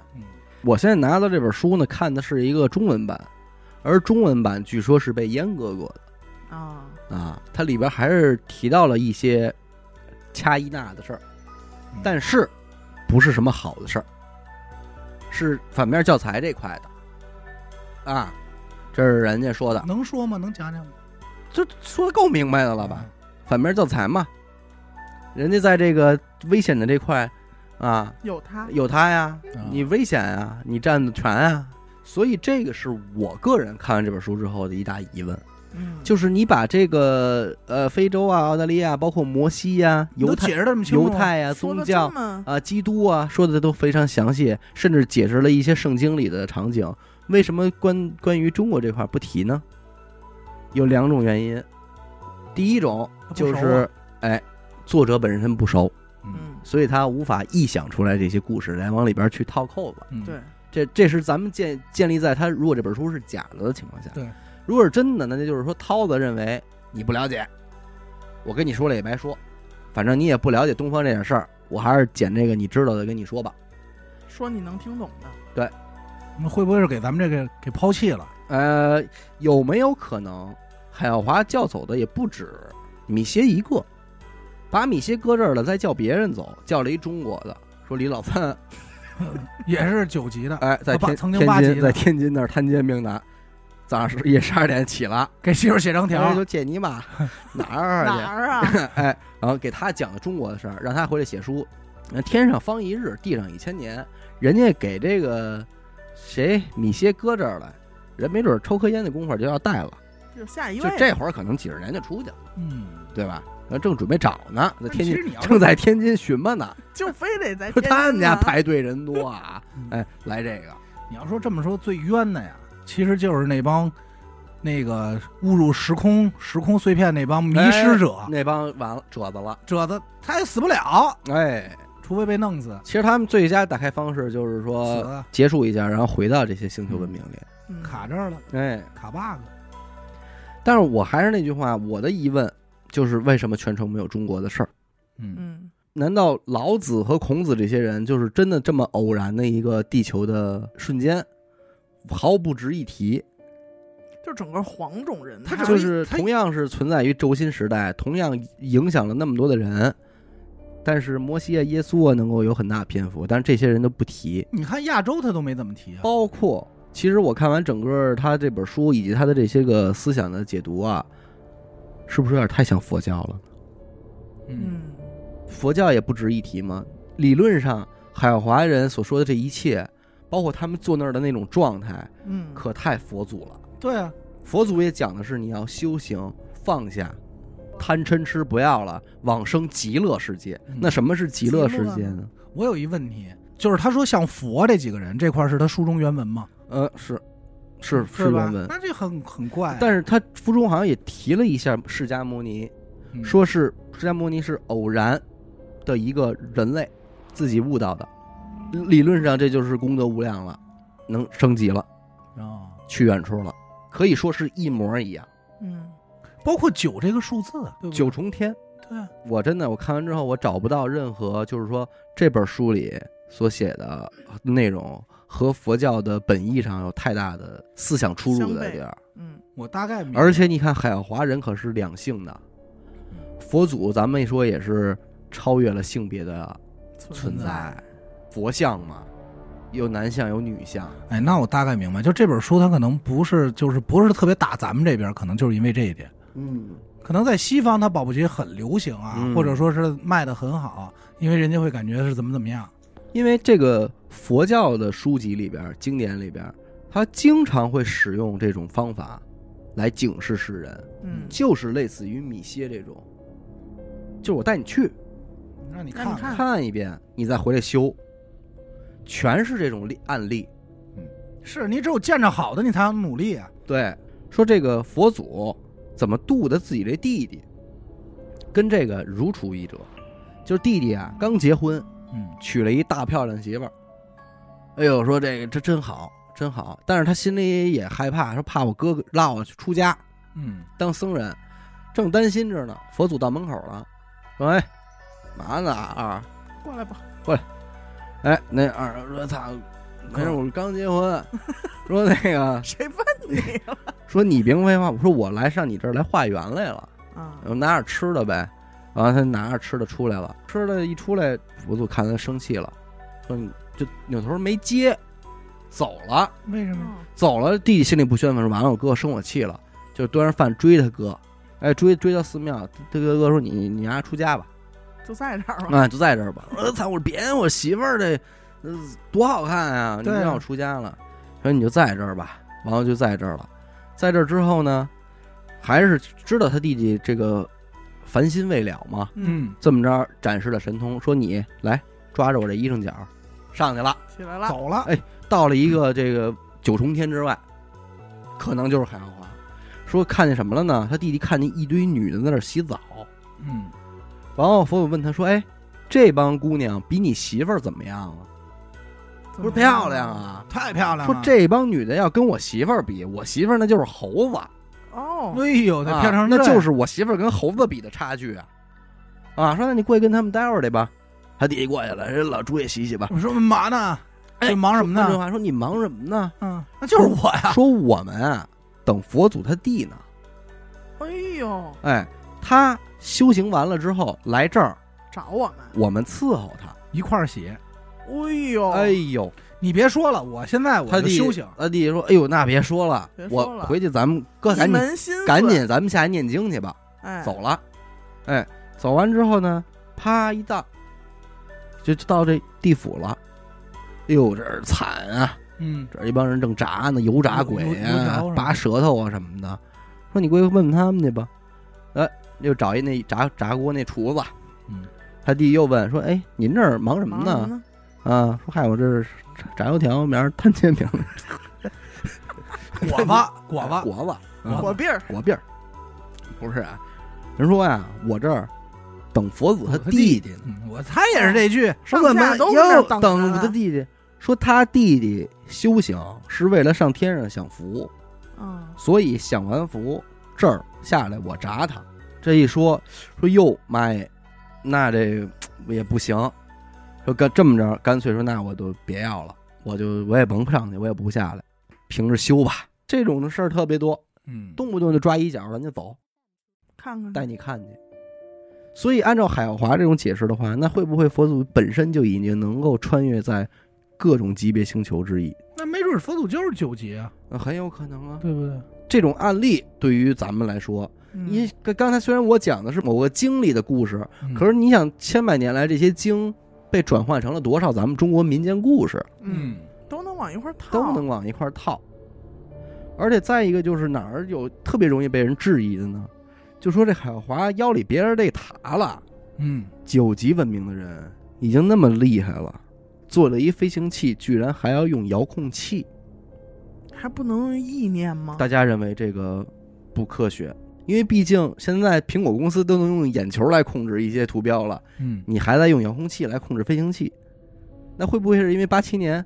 Speaker 1: 我现在拿到这本书呢，看的是一个中文版，而中文版据说是被阉割过
Speaker 3: 啊，
Speaker 1: 的啊，它里边还是提到了一些掐一纳的事儿，
Speaker 2: 嗯
Speaker 1: 但是不是什么好的事儿，是反面教材这块的啊，这是人家说的，
Speaker 2: 能说吗？能讲讲吗？
Speaker 1: 这说的够明白的了吧？嗯反面教材嘛，人家在这个危险的这块啊，
Speaker 3: 有他，
Speaker 1: 有他呀，
Speaker 2: 嗯？
Speaker 1: 你危险啊，你占的全啊，所以这个是我个人看完这本书之后的一大疑问，
Speaker 3: 嗯，
Speaker 1: 就是你把这个呃非洲啊、澳大利亚，包括摩西呀、
Speaker 2: 你都
Speaker 1: 犹
Speaker 2: 解
Speaker 1: 太、
Speaker 2: 释的这么清楚
Speaker 1: 犹
Speaker 2: 吗，
Speaker 1: 太呀、
Speaker 3: 说
Speaker 1: 宗
Speaker 3: 得
Speaker 1: 教
Speaker 3: 这么
Speaker 1: 啊、基督啊，说的都非常详细，甚至解释了一些圣经里的场景。为什么关关于中国这块不提呢？有两种原因，第一种
Speaker 2: 不熟
Speaker 1: 就
Speaker 2: 啊
Speaker 1: 是哎，作者本身不熟，
Speaker 2: 嗯
Speaker 3: 嗯，
Speaker 1: 所以他无法臆想出来这些故事来往里边去套扣子。
Speaker 2: 嗯，
Speaker 3: 对，
Speaker 1: 这这是咱们建建立在他如果这本书是假的的情况下。
Speaker 2: 对，
Speaker 1: 如果是真的，那就是说涛子认为你不了解，我跟你说了也白说，反正你也不了解东方这点事儿，我还是捡这个你知道的跟你说吧。
Speaker 3: 说你能听懂的，
Speaker 2: 那会不会是给咱们这个给抛 弃了？
Speaker 1: 呃，有没有可能海耀华叫走的也不止米歇一个，把米歇搁这儿了，再叫别人走，叫了一中国的，说李老三，
Speaker 2: 也是九级的，
Speaker 1: 哎，在
Speaker 2: 八
Speaker 1: 天
Speaker 2: 曾经八级
Speaker 1: 天津在
Speaker 2: 的
Speaker 1: 天津那儿摊煎饼呢，早上是夜十二点起了，
Speaker 2: 给媳妇儿写张
Speaker 1: 然后
Speaker 2: 条
Speaker 1: 说，姐你 妈哪儿
Speaker 3: 哪
Speaker 1: 啊
Speaker 3: 儿 啊？
Speaker 1: 去？哎，然后给他讲的中国的事儿，让他回来写书。那天上方一日，地上一千年，人家给这个谁米歇搁这儿了，人没准儿抽颗烟的功夫就要带了。
Speaker 3: 就下一
Speaker 1: 就
Speaker 3: 位，
Speaker 1: 这会儿可能几十年就出去了，
Speaker 2: 嗯，
Speaker 1: 对吧？那正准备找呢，在
Speaker 2: 但
Speaker 1: 天
Speaker 2: 其
Speaker 1: 津
Speaker 2: 实你要
Speaker 1: 正在天津寻吧呢，
Speaker 3: 就非得在
Speaker 1: 他
Speaker 3: 天
Speaker 1: 们
Speaker 3: 津
Speaker 1: 家
Speaker 3: 啊
Speaker 1: 排队人多 啊
Speaker 2: 嗯，
Speaker 1: 哎，来这个，
Speaker 2: 你要说这么说最冤的呀，其实就是那帮那个误入时空、时空碎片那帮迷失者，
Speaker 1: 那帮完了褶子了，
Speaker 2: 褶子他也死不了，
Speaker 1: 哎，
Speaker 2: 除非被弄死。
Speaker 1: 其实他们最佳打开方式就是
Speaker 2: 死
Speaker 1: 说
Speaker 2: 了
Speaker 1: 结束一下，然后回到这些星球文明里，
Speaker 3: 嗯
Speaker 2: 卡这儿了，
Speaker 1: 哎，
Speaker 2: 卡 bug。
Speaker 1: 但是我还是那句话，我的疑问就是为什么全程没有中国的事儿？
Speaker 2: 嗯，
Speaker 3: 嗯，
Speaker 1: 难道老子和孔子这些人就是真的这么偶然的一个地球的瞬间，毫不值一提，
Speaker 3: 就整个黄种人，
Speaker 2: 他
Speaker 3: 他
Speaker 1: 就
Speaker 2: 这
Speaker 1: 是
Speaker 2: 他
Speaker 1: 同样是存在于轴心时代，同样影响了那么多的人，但是摩西啊、耶稣啊能够有很大篇幅，但是这些人都不提，
Speaker 2: 你看亚洲他都没怎么提啊。
Speaker 1: 包括其实我看完整个他这本书以及他的这些个思想的解读啊，是不是有点太像佛教了？
Speaker 2: 嗯，
Speaker 3: 嗯，
Speaker 1: 佛教也不值一提吗？理论上，海华人所说的这一切，包括他们坐那儿的那种状态，
Speaker 3: 嗯，
Speaker 1: 可太佛祖了。
Speaker 2: 对啊，
Speaker 1: 佛祖也讲的是你要修行放下，贪嗔痴不要了，往生极乐世界。
Speaker 2: 嗯
Speaker 1: 那什么是极乐世界呢？
Speaker 2: 我有一问题，就是他说像佛这几个人这块儿是他书中原文吗？
Speaker 1: 呃，是，是
Speaker 2: 嗯是吧
Speaker 1: 原文，
Speaker 2: 那这很很怪啊。
Speaker 1: 呃但是他书中好像也提了一下释迦牟尼，
Speaker 2: 嗯
Speaker 1: 说是释迦牟尼是偶然的一个人类自己悟到的，理论上这就是功德无量了，能升级了，
Speaker 2: 啊，
Speaker 1: 去远处了，可以说是一模一样，
Speaker 3: 嗯，
Speaker 2: 包括九这个数字啊，对不对
Speaker 1: 九重天。
Speaker 2: 对啊，
Speaker 1: 我真的我看完之后，我找不到任何就是说这本书里所写的内容和佛教的本意上有太大的思想出入的地儿。
Speaker 3: 嗯，
Speaker 2: 我大概明白嗯
Speaker 1: 而且你看，海耀华人可是两性的，佛祖咱们一说也是超越了性别的存
Speaker 2: 存在
Speaker 1: 在，佛像嘛，有男相有女相，
Speaker 2: 哎，那我大概明白，就这本书它可能不是，就是不是特别打咱们这边，可能就是因为这一点。
Speaker 1: 嗯，
Speaker 2: 可能在西方，它保不齐很流行啊，
Speaker 1: 嗯
Speaker 2: 或者说是卖的很好，因为人家会感觉是怎么怎么样。
Speaker 1: 因为这个佛教的书籍里边、经典里边，它经常会使用这种方法来警示世人。
Speaker 3: 嗯，
Speaker 1: 就是类似于米歇这种，就是我带你去
Speaker 2: 让你
Speaker 3: 让你
Speaker 2: 看
Speaker 3: 看
Speaker 1: 看一遍，你再回来修，全是这种例案例。
Speaker 2: 是你只有见着好的，你才能努力啊。
Speaker 1: 对，说这个佛祖怎么度的自己这弟弟，跟这个如出一辙，就是弟弟啊刚结婚，
Speaker 2: 嗯，
Speaker 1: 娶了一大漂亮媳妇儿，哎呦，说这个这真好，真好，但是他心里也害怕，说怕我哥哥落我出家，
Speaker 2: 嗯，
Speaker 1: 当僧人，正担心着呢，佛祖到门口了，说：“哎，嘛呢二？
Speaker 3: 过来吧，
Speaker 1: 哎，那二说操，没事，我刚结婚。 说那个，
Speaker 3: 谁问你啊 了
Speaker 1: 说你别废话，我说我来上你这儿来化缘来了，
Speaker 3: 啊？
Speaker 1: 我拿点吃的呗。然后他拿着吃的出来了，吃的一出来，佛祖看他生气了，说你就扭头没接，走了。”
Speaker 2: 为什么？
Speaker 3: 嗯
Speaker 1: 走了，弟弟心里不宣愤，说完了，我哥生我气了，就端着饭追他哥，哎，追追到寺庙，他哥哥说你你你丫出家吧，
Speaker 3: 就在这儿吧，
Speaker 1: 啊，就在这儿吧。我说操，我别我媳妇儿这、呃多好看啊，你
Speaker 2: 对啊
Speaker 1: 让我出家了，说你就在这儿吧，完了就在这儿了，在这儿之后呢，还是知道他弟弟这个烦心未了嘛，
Speaker 3: 嗯，
Speaker 1: 这么着展示了神通，说你来抓着我这衣裳角儿上去了。
Speaker 3: 起来了，
Speaker 2: 走了
Speaker 1: 哎，到了一个这个九重天之外，可能就是海洋华。说看见什么了呢？他弟弟看见一堆女的在那儿洗澡，
Speaker 2: 嗯，
Speaker 1: 然后佛祖问他说：“哎，这帮姑娘比你媳妇儿怎么样啊？
Speaker 3: 怎
Speaker 1: 不是
Speaker 3: 么
Speaker 1: 漂亮啊？
Speaker 2: 太漂亮了。
Speaker 1: 说这帮女的要跟我媳妇儿比，我媳妇儿那就是猴子，
Speaker 3: 哦，
Speaker 2: 哎呦，那
Speaker 1: 啊
Speaker 2: 漂亮
Speaker 1: 那就是我媳妇儿跟猴子比的差距啊！啊，说那你过去跟他们待会儿去吧。他弟弟过去了，人老朱也洗洗吧。
Speaker 2: 我说嘛呢？这忙什么
Speaker 1: 说这
Speaker 2: 呢？
Speaker 1: 话说你忙什么呢？
Speaker 2: 嗯，那 就是我呀。
Speaker 1: 说我们啊，等佛祖他弟呢。
Speaker 3: 哎呦，
Speaker 1: 哎，他修行完了之后来这儿，
Speaker 3: 找我们，
Speaker 1: 我们伺候他。
Speaker 2: 一块儿洗。
Speaker 3: 哎呦，
Speaker 1: 哎呦，
Speaker 2: 你别说了，我现在
Speaker 1: 他
Speaker 2: 我就
Speaker 1: 弟
Speaker 2: 修行。
Speaker 1: 他弟弟说：“哎呦，那别说了，
Speaker 3: 别说
Speaker 1: 我
Speaker 3: 了
Speaker 1: 回去咱们哥
Speaker 3: 一
Speaker 1: 赶紧
Speaker 3: 门心思
Speaker 1: 赶，紧咱们下来念经去吧。”
Speaker 3: 哎，
Speaker 1: 走了，哎，走完之后呢，啪一荡，就到这地府了。哎呦，这儿惨啊！
Speaker 2: 嗯，
Speaker 1: 这儿一帮人正炸呢，油炸鬼
Speaker 2: 油油炸
Speaker 1: 啊
Speaker 2: 是吧，
Speaker 1: 拔舌头啊什么的。说你过去问问他们去吧。哎，又找一那炸炸锅那厨子，
Speaker 2: 嗯，
Speaker 1: 他弟又问说：“哎，您这儿忙什么
Speaker 3: 忙
Speaker 1: 呢？”？啊，说：“嗨，我这是炸炸油条，明儿摊煎饼，
Speaker 2: 果子，果子，
Speaker 1: 果子，
Speaker 2: 果
Speaker 3: 火
Speaker 2: 子
Speaker 3: 篦儿，
Speaker 1: 果篦儿。”不是啊，人说呀、我这儿等佛祖他
Speaker 2: 他
Speaker 1: 弟
Speaker 2: 弟
Speaker 1: 弟呢。
Speaker 2: 嗯我猜也是这句。
Speaker 1: 我
Speaker 3: 上
Speaker 1: 怎么
Speaker 3: 下都
Speaker 1: 又
Speaker 3: 在
Speaker 1: 等
Speaker 3: 等
Speaker 1: 我的弟弟？说他弟弟修行是为了上天上享福，
Speaker 3: 嗯，
Speaker 1: 所以享完福这儿下来我铡他。这一说说哟妈耶，那这也不行，说干这么着，干脆说那我就别要了，我就我也甭上去，我也不下来，平着修吧。这种的事儿特别多，
Speaker 2: 嗯，
Speaker 1: 动不动就抓一脚，人家走，
Speaker 3: 看看
Speaker 1: 带你看去。所以，按照海耀华这种解释的话，那会不会佛祖本身就已经能够穿越在各种级别星球之一？
Speaker 2: 那没准佛祖就是九级啊，
Speaker 1: 那很有可能啊。
Speaker 2: 对不对？
Speaker 1: 这种案例对于咱们来说，
Speaker 3: 嗯
Speaker 1: 你刚刚才虽然我讲的是某个经历的故事，
Speaker 2: 嗯
Speaker 1: 可是你想，千百年来这些经被转换成了多少咱们中国民间故事，
Speaker 3: 嗯，
Speaker 2: 嗯，
Speaker 3: 都能往一块儿套，
Speaker 1: 都能往一块儿套。而且再一个就是哪儿有特别容易被人质疑的呢？就说这海耀华腰里别着这塔了。
Speaker 2: 嗯，
Speaker 1: 九级文明的人已经那么厉害了，做了一飞行器，居然还要用遥控器，
Speaker 3: 还不能用意念吗？
Speaker 1: 大家认为这个不科学，因为毕竟现在苹果公司都能用眼球来控制一些图标了，
Speaker 2: 嗯，
Speaker 1: 你还在用遥控器来控制飞行器，那会不会是因为八七年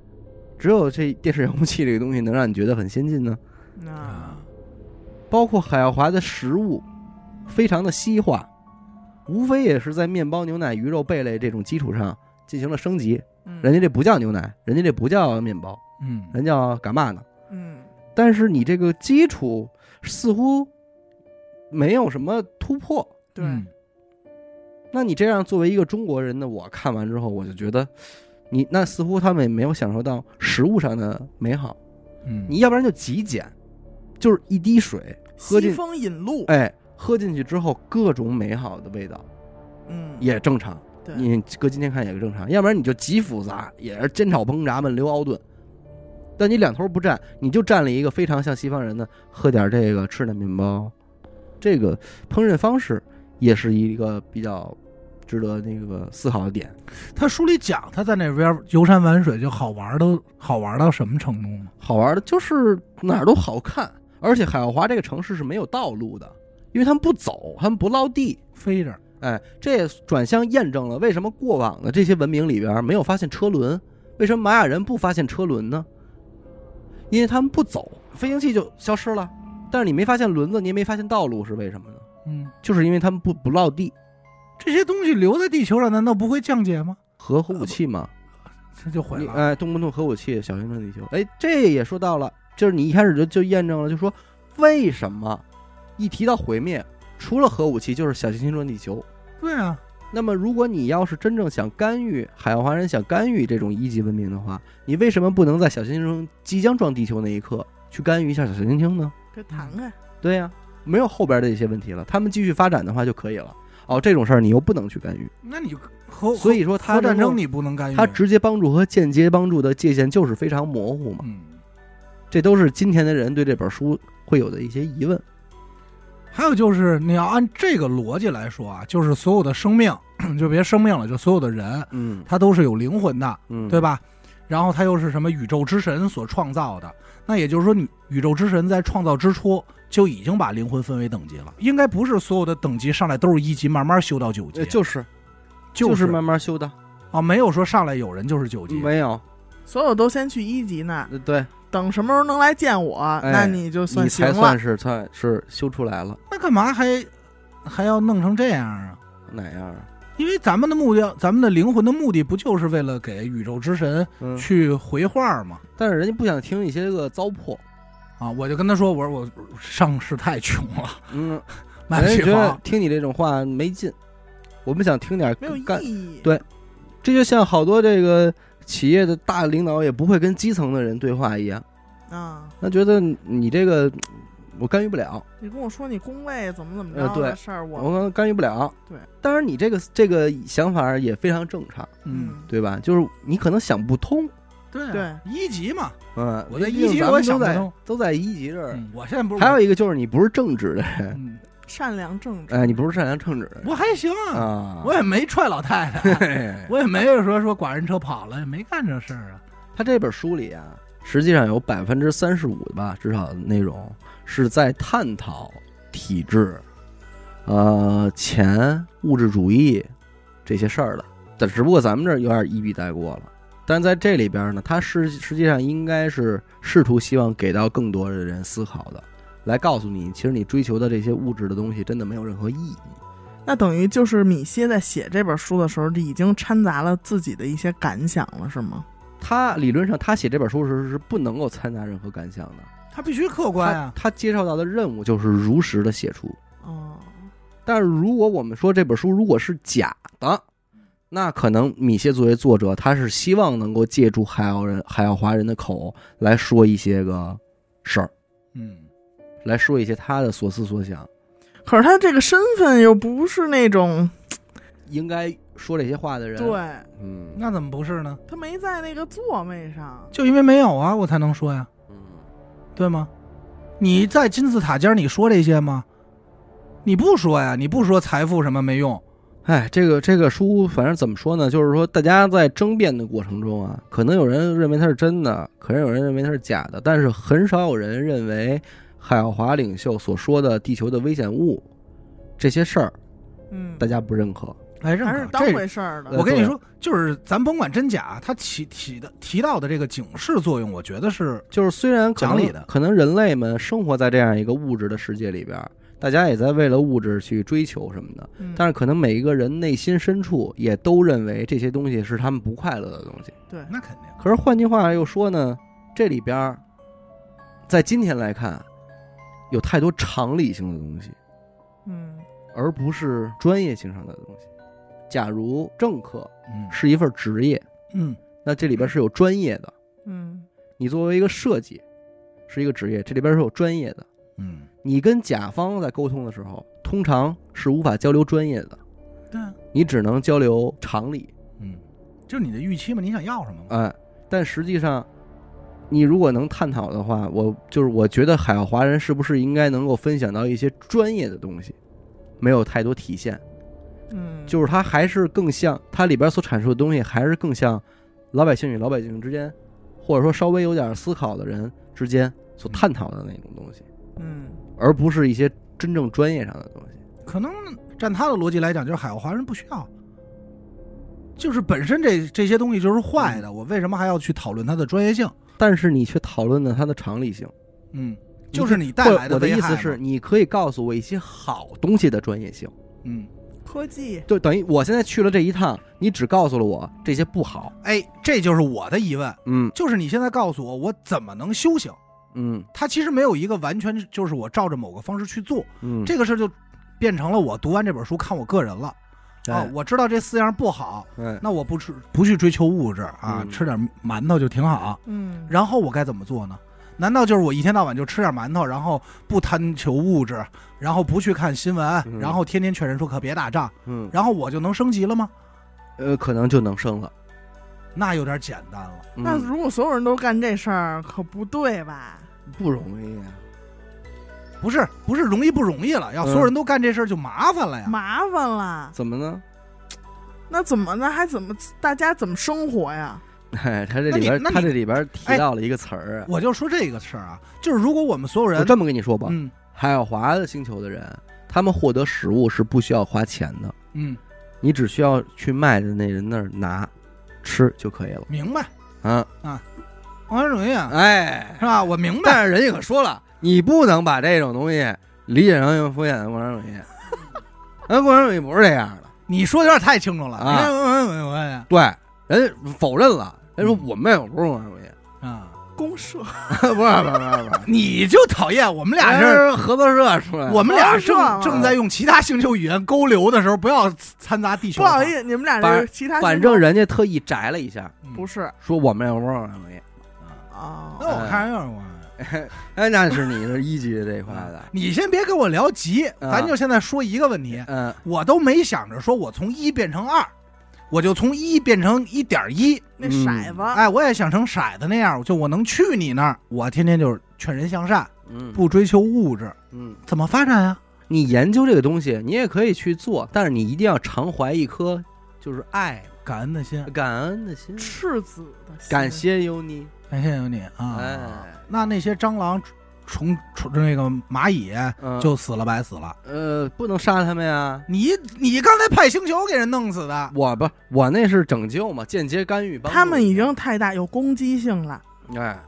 Speaker 1: 只有这电视遥控器这个东西能让你觉得很先进呢？
Speaker 3: 那
Speaker 2: 啊，
Speaker 1: 包括海耀华的食物非常的西化，无非也是在面包、牛奶、鱼肉、贝类这种基础上进行了升级。
Speaker 3: 嗯
Speaker 1: 人家这不叫牛奶，人家这不叫面包，
Speaker 2: 嗯，
Speaker 1: 人叫干嘛呢？
Speaker 3: 嗯
Speaker 1: 但是你这个基础似乎没有什么突破。
Speaker 3: 对，
Speaker 2: 嗯
Speaker 1: 那你这样作为一个中国人的我看完之后，我就觉得，你那似乎他们也没有享受到食物上的美好。
Speaker 2: 嗯，
Speaker 1: 你要不然就极简，就是一滴水，喝
Speaker 3: 西
Speaker 1: 进
Speaker 3: 风引路，
Speaker 1: 哎，喝进去之后各种美好的味道
Speaker 3: 嗯，
Speaker 1: 也正常。
Speaker 3: 对
Speaker 1: 你搁今天看也是正常，要不然你就极复杂，也是煎炒烹炸焖溜熬炖，但你两头不占，你就占了一个非常像西方人的喝点这个吃点面包，这个烹饪方式也是一个比较值得那个思考的点。
Speaker 2: 他书里讲他在那边游山玩水就好玩，都好玩到什么程度吗？
Speaker 1: 好玩的就是哪儿都好看，而且海奥华这个城市是没有道路的，因为他们不走，他们不落地。
Speaker 2: 飞着，
Speaker 1: 哎，这也转向验证了为什么过往的这些文明里边没有发现车轮，为什么玛雅人不发现车轮呢？因为他们不走，飞行器就消失了。但是你没发现轮子，你也没发现道路，是为什么呢？
Speaker 2: 嗯，
Speaker 1: 就是因为他们不不落地，
Speaker 2: 这些东西留在地球上，难道不会降解吗？
Speaker 1: 核核武器嘛，
Speaker 2: 这就毁
Speaker 1: 你
Speaker 2: 了。
Speaker 1: 哎，动呃不动核武器，小心撞地球。哎，这也说到了，就是你一开始就就验证了，就说为什么一提到毁灭，除了核武器就是小行星撞地球。
Speaker 2: 对啊，
Speaker 1: 那么，如果你要是真正想干预海洋华人想干预这种一级文明的话，你为什么不能在小行星即将撞地球那一刻去干预一下小行星呢？
Speaker 3: 给弹开，
Speaker 1: 对呀、没有后边的一些问题了，他们继续发展的话就可以了。哦，这种事儿你又不能去干预，
Speaker 2: 那你就核
Speaker 1: 所以说
Speaker 2: 核
Speaker 1: 他
Speaker 2: 战
Speaker 1: 能够
Speaker 2: 争你不能干预，啊
Speaker 1: 他直接帮助和间接帮助的界限就是非常模糊嘛。
Speaker 2: 嗯，
Speaker 1: 这都是今天的人对这本书会有的一些疑问。
Speaker 2: 还有就是你要按这个逻辑来说啊，就是所有的生命就别生命了，就所有的人
Speaker 1: 嗯
Speaker 2: 他都是有灵魂的，
Speaker 1: 嗯
Speaker 2: 对吧？然后他又是什么宇宙之神所创造的？那也就是说，宇宇宙之神在创造之初就已经把灵魂分为等级了，应该不是所有的等级上来都是一级，慢慢修到九级，
Speaker 1: 呃
Speaker 2: 啊
Speaker 1: 就是
Speaker 2: 就是
Speaker 1: 慢慢修的，
Speaker 2: 啊，没有说上来有人就是九级，
Speaker 1: 没有，
Speaker 3: 所有都先去一级那儿，
Speaker 1: 呃对
Speaker 3: 等什么时候能来见我，
Speaker 1: 哎
Speaker 3: 那你就
Speaker 1: 你
Speaker 3: 算行
Speaker 1: 才
Speaker 3: 了
Speaker 1: 算。是算是修出来了，
Speaker 2: 那干嘛还还要弄成这样啊？
Speaker 1: 哪样啊？
Speaker 2: 因为咱们的目标，咱们的灵魂的目的不就是为了给宇宙之神
Speaker 1: 嗯，
Speaker 2: 去回话吗？
Speaker 1: 但是人家不想听一些个糟粕，
Speaker 2: 啊，我就跟他说，我说我上市太穷了，
Speaker 1: 嗯，
Speaker 2: 买不
Speaker 1: 人
Speaker 2: 起
Speaker 1: 家觉得
Speaker 2: 房。
Speaker 1: 听你这种话没劲，我们想听点
Speaker 3: 没有意
Speaker 1: 干，
Speaker 3: 义，
Speaker 1: 对这就像好多这个企业的大领导也不会跟基层的人对话一样，
Speaker 3: 啊！
Speaker 1: 他觉得你这个我干预不了，
Speaker 3: 你跟我说你工位怎么怎么
Speaker 1: 呃
Speaker 3: 着
Speaker 1: 对
Speaker 3: 的事儿，我
Speaker 1: 我干预不了。
Speaker 3: 对，
Speaker 1: 当然你这个这个想法也非常正常，
Speaker 2: 嗯，
Speaker 1: 对吧？就是你可能想不通，
Speaker 2: 对啊
Speaker 3: 对，
Speaker 2: 一级嘛，
Speaker 1: 嗯，
Speaker 2: 我在
Speaker 1: 毕竟
Speaker 2: 一级
Speaker 1: 咱们
Speaker 2: 我想
Speaker 1: 都
Speaker 2: 不
Speaker 1: 在
Speaker 2: 通
Speaker 1: 都在一级这儿。
Speaker 2: 嗯，我现在不是
Speaker 1: 还有一个就是你不是正直的人，
Speaker 2: 嗯
Speaker 3: 善良正直，
Speaker 1: 哎，你不是善良正直的人
Speaker 2: 我还行啊，
Speaker 1: 啊。
Speaker 2: 我也没踹老 太太，我也没有说说剐人车跑了，也没干这事儿啊。
Speaker 1: 他这本书里啊，实际上有百分之三十五吧，至少内容是在探讨体制、呃钱、物质主义这些事儿的。但只不过咱们这儿有点一笔带过了。但在这里边呢，他实实际上应该是试图希望给到更多的人思考的，来告诉你，其实你追求的这些物质的东西真的没有任何意义。
Speaker 3: 那等于就是米歇在写这本书的时候，已经掺杂了自己的一些感想了，是吗？
Speaker 1: 他理论上，他写这本书的时候是不能够掺杂任何感想的。
Speaker 2: 他必须客观
Speaker 1: 他
Speaker 2: 啊，
Speaker 1: 他接受到的任务就是如实的写出，
Speaker 3: 哦，
Speaker 1: 但是如果我们说这本书如果是假的，那可能米歇作为作者，他是希望能够借助海奥人、海奥华人的口来说一些个事儿，
Speaker 2: 嗯，
Speaker 1: 来说一些他的所思所想。
Speaker 3: 可是他这个身份又不是那种，
Speaker 1: 应该说这些话的人，，
Speaker 3: 对
Speaker 1: 嗯
Speaker 2: 那怎么不是呢？
Speaker 3: 他没在那个座位上，
Speaker 2: 就因为没有啊，我才能说呀，
Speaker 1: 嗯，
Speaker 2: 对吗？你在金字塔尖儿你说这些吗？你不说呀，你不说财富什么没用，
Speaker 1: 哎，这个这个书，反正怎么说呢，就是说大家在争辩的过程中啊，可能有人认为它是真的，可能有人认为它是假的，但是很少有人认为海奥华领袖所说的地球的危险物这些事儿，
Speaker 3: 嗯，
Speaker 1: 大家不认可。
Speaker 2: 哎，认
Speaker 3: 还
Speaker 2: 可
Speaker 3: 是
Speaker 2: 这
Speaker 3: 当回事儿
Speaker 1: 对
Speaker 3: 的。
Speaker 2: 我跟你说，就是咱甭管真假，它起起的提到的这个警示作用，我觉得是
Speaker 1: 就是虽然可能
Speaker 2: 讲理的
Speaker 1: 可能人类们生活在这样一个物质的世界里边儿，大家也在为了物质去追求什么的，
Speaker 3: 嗯
Speaker 1: 但是可能每一个人内心深处也都认为这些东西是他们不快乐的东西。
Speaker 3: 对，
Speaker 2: 哎那肯定。
Speaker 1: 可是换句话又说呢，这里边儿在今天来看，有太多常理性的东西，
Speaker 3: 嗯，
Speaker 1: 而不是专业性上的东西。假如政客
Speaker 2: 嗯
Speaker 1: 是一份职业，
Speaker 2: 嗯，
Speaker 1: 那这里边是有专业的。
Speaker 3: 嗯，
Speaker 1: 你作为一个设计，是一个职业，这里边是有专业的。
Speaker 2: 嗯，
Speaker 1: 你跟甲方在沟通的时候，通常是无法交流专业的，
Speaker 2: 对啊，
Speaker 1: 你只能交流常理。
Speaker 2: 嗯，就是你的预期嘛，你想要什么嘛？
Speaker 1: 哎，但实际上，你如果能探讨的话，我就是我觉得海奥华人是不是应该能够分享到一些专业的东西，没有太多体现，
Speaker 3: 嗯，
Speaker 1: 就是它还是更像它里边所阐述的东西，还是更像老百姓与老百姓之间，或者说稍微有点思考的人之间所探讨的那种东西，
Speaker 3: 嗯，
Speaker 1: 而不是一些真正专业上的东西。
Speaker 2: 可能站他的逻辑来讲，就是海奥华人不需要，就是本身这这些东西就是坏的，我为什么还要去讨论它的专业性？
Speaker 1: 但是你却讨论了它的常理性。
Speaker 2: 嗯，
Speaker 1: 你
Speaker 2: 就是你带
Speaker 1: 或
Speaker 2: 来
Speaker 1: 我的
Speaker 2: 危
Speaker 1: 意
Speaker 2: 害
Speaker 1: 思
Speaker 2: 嘛
Speaker 1: 是，，你可以告诉我一些好东西的专业性，
Speaker 2: 嗯，
Speaker 3: 科技，
Speaker 1: 就等于我现在去了这一趟，你只告诉了我这些不好。
Speaker 2: 哎，这就是我的疑问，
Speaker 1: 嗯
Speaker 2: 就是你现在告诉我，我怎么能修行？
Speaker 1: 嗯
Speaker 2: 它其实没有一个完全就是我照着某个方式去做，
Speaker 1: 嗯，
Speaker 2: 这个事儿就变成了我读完这本书看我个人了啊
Speaker 1: 哎，
Speaker 2: 我知道这四样不好，
Speaker 1: 哎
Speaker 2: 那我不吃不去追求物质啊，
Speaker 1: 嗯
Speaker 2: 吃点馒头就挺好。
Speaker 3: 嗯，
Speaker 2: 然后我该怎么做呢？难道就是我一天到晚就吃点馒头，然后不贪求物质，然后不去看新闻，
Speaker 1: 嗯
Speaker 2: 然后天天劝人说可别打仗，
Speaker 1: 嗯
Speaker 2: 然后我就能升级了吗？
Speaker 1: 呃，可能就能生了。
Speaker 2: 那有点简单了。
Speaker 1: 嗯
Speaker 3: 那如果所有人都干这事儿，可不对吧？
Speaker 1: 不容易啊呀。
Speaker 2: 不是不是容易不容易了，要
Speaker 1: 嗯
Speaker 2: 所有人都干这事儿就麻烦了呀。
Speaker 3: 麻烦了，
Speaker 1: 怎么呢？
Speaker 3: 那怎么那还怎么大家怎么生活呀？
Speaker 1: 哎，他这
Speaker 2: 那
Speaker 1: 里
Speaker 2: 你
Speaker 1: 边
Speaker 2: 那
Speaker 1: 他
Speaker 2: 你哎
Speaker 1: 这里边提到了一个词儿啊，
Speaker 2: 我就说这个事儿啊，就是如果我们所有
Speaker 1: 我
Speaker 2: 人，
Speaker 1: 这么跟你说吧，
Speaker 2: 嗯
Speaker 1: 海奥华的星球的人，他们获得食物是不需要花钱的，
Speaker 2: 嗯，
Speaker 1: 你只需要去卖的那人那儿拿吃就可以了
Speaker 2: 明白，
Speaker 1: 啊。
Speaker 2: 王权主义啊，
Speaker 1: 哎
Speaker 2: 是，吧？我明白，
Speaker 1: 但是人家可说了， 你不能把这种东西理解成敷衍的共产主义， 咱共产主义不是这样的。
Speaker 2: 你说的有点太清楚了。
Speaker 1: 啊
Speaker 2: 哎我我我我
Speaker 1: 对，人家否认了，人家说我们也不是共产主义，
Speaker 2: 我啊，
Speaker 3: 公社
Speaker 1: 不是不是不是不是，
Speaker 2: 你就讨厌我们俩
Speaker 1: 俩
Speaker 2: 是。
Speaker 1: 是合作社出来的，
Speaker 2: 我们俩
Speaker 3: 我说
Speaker 2: 正
Speaker 3: 了
Speaker 2: 正在用其他星球语言勾流的时候，不要掺杂地球
Speaker 3: 不
Speaker 2: 话。
Speaker 3: 好意思，你们俩
Speaker 1: 反
Speaker 3: 这其他
Speaker 1: 反
Speaker 3: 星座
Speaker 1: 正人家特意摘了一下，
Speaker 3: 不是
Speaker 1: 说我们也不是共产主义。
Speaker 3: 啊
Speaker 2: 那。我看有点慌。
Speaker 1: 哎，那是你是一级的这一块的，
Speaker 2: 你先别跟我聊急，
Speaker 1: 啊
Speaker 2: 咱就现在说一个问题，
Speaker 1: 嗯
Speaker 2: 我都没想着说我从一变成二，我就从一变成一点一。
Speaker 3: 那
Speaker 1: 嗯
Speaker 3: 骰子，
Speaker 2: 哎，我也想成骰子那样，就我能去你那儿，我天天就是劝人向善，
Speaker 1: 嗯
Speaker 2: 不追求物质，
Speaker 1: 嗯，
Speaker 2: 怎么发展呀、
Speaker 1: 你研究这个东西，你也可以去做，但是你一定要常怀一颗就是爱
Speaker 2: 感恩的心，
Speaker 1: 感恩的心，
Speaker 3: 赤子的心
Speaker 1: 感谢有你。
Speaker 2: 感谢有你啊。
Speaker 1: 哎，
Speaker 2: 那那些蟑螂、虫、虫那个蚂蚁
Speaker 1: 嗯
Speaker 2: 就死了白死了。
Speaker 1: 呃，不能杀他们呀。
Speaker 2: 你你刚才派星球给人弄死的，
Speaker 1: 我不，我那是拯救嘛，间接干预。帮助
Speaker 3: 他们已经太大有攻击性了，
Speaker 1: 哎，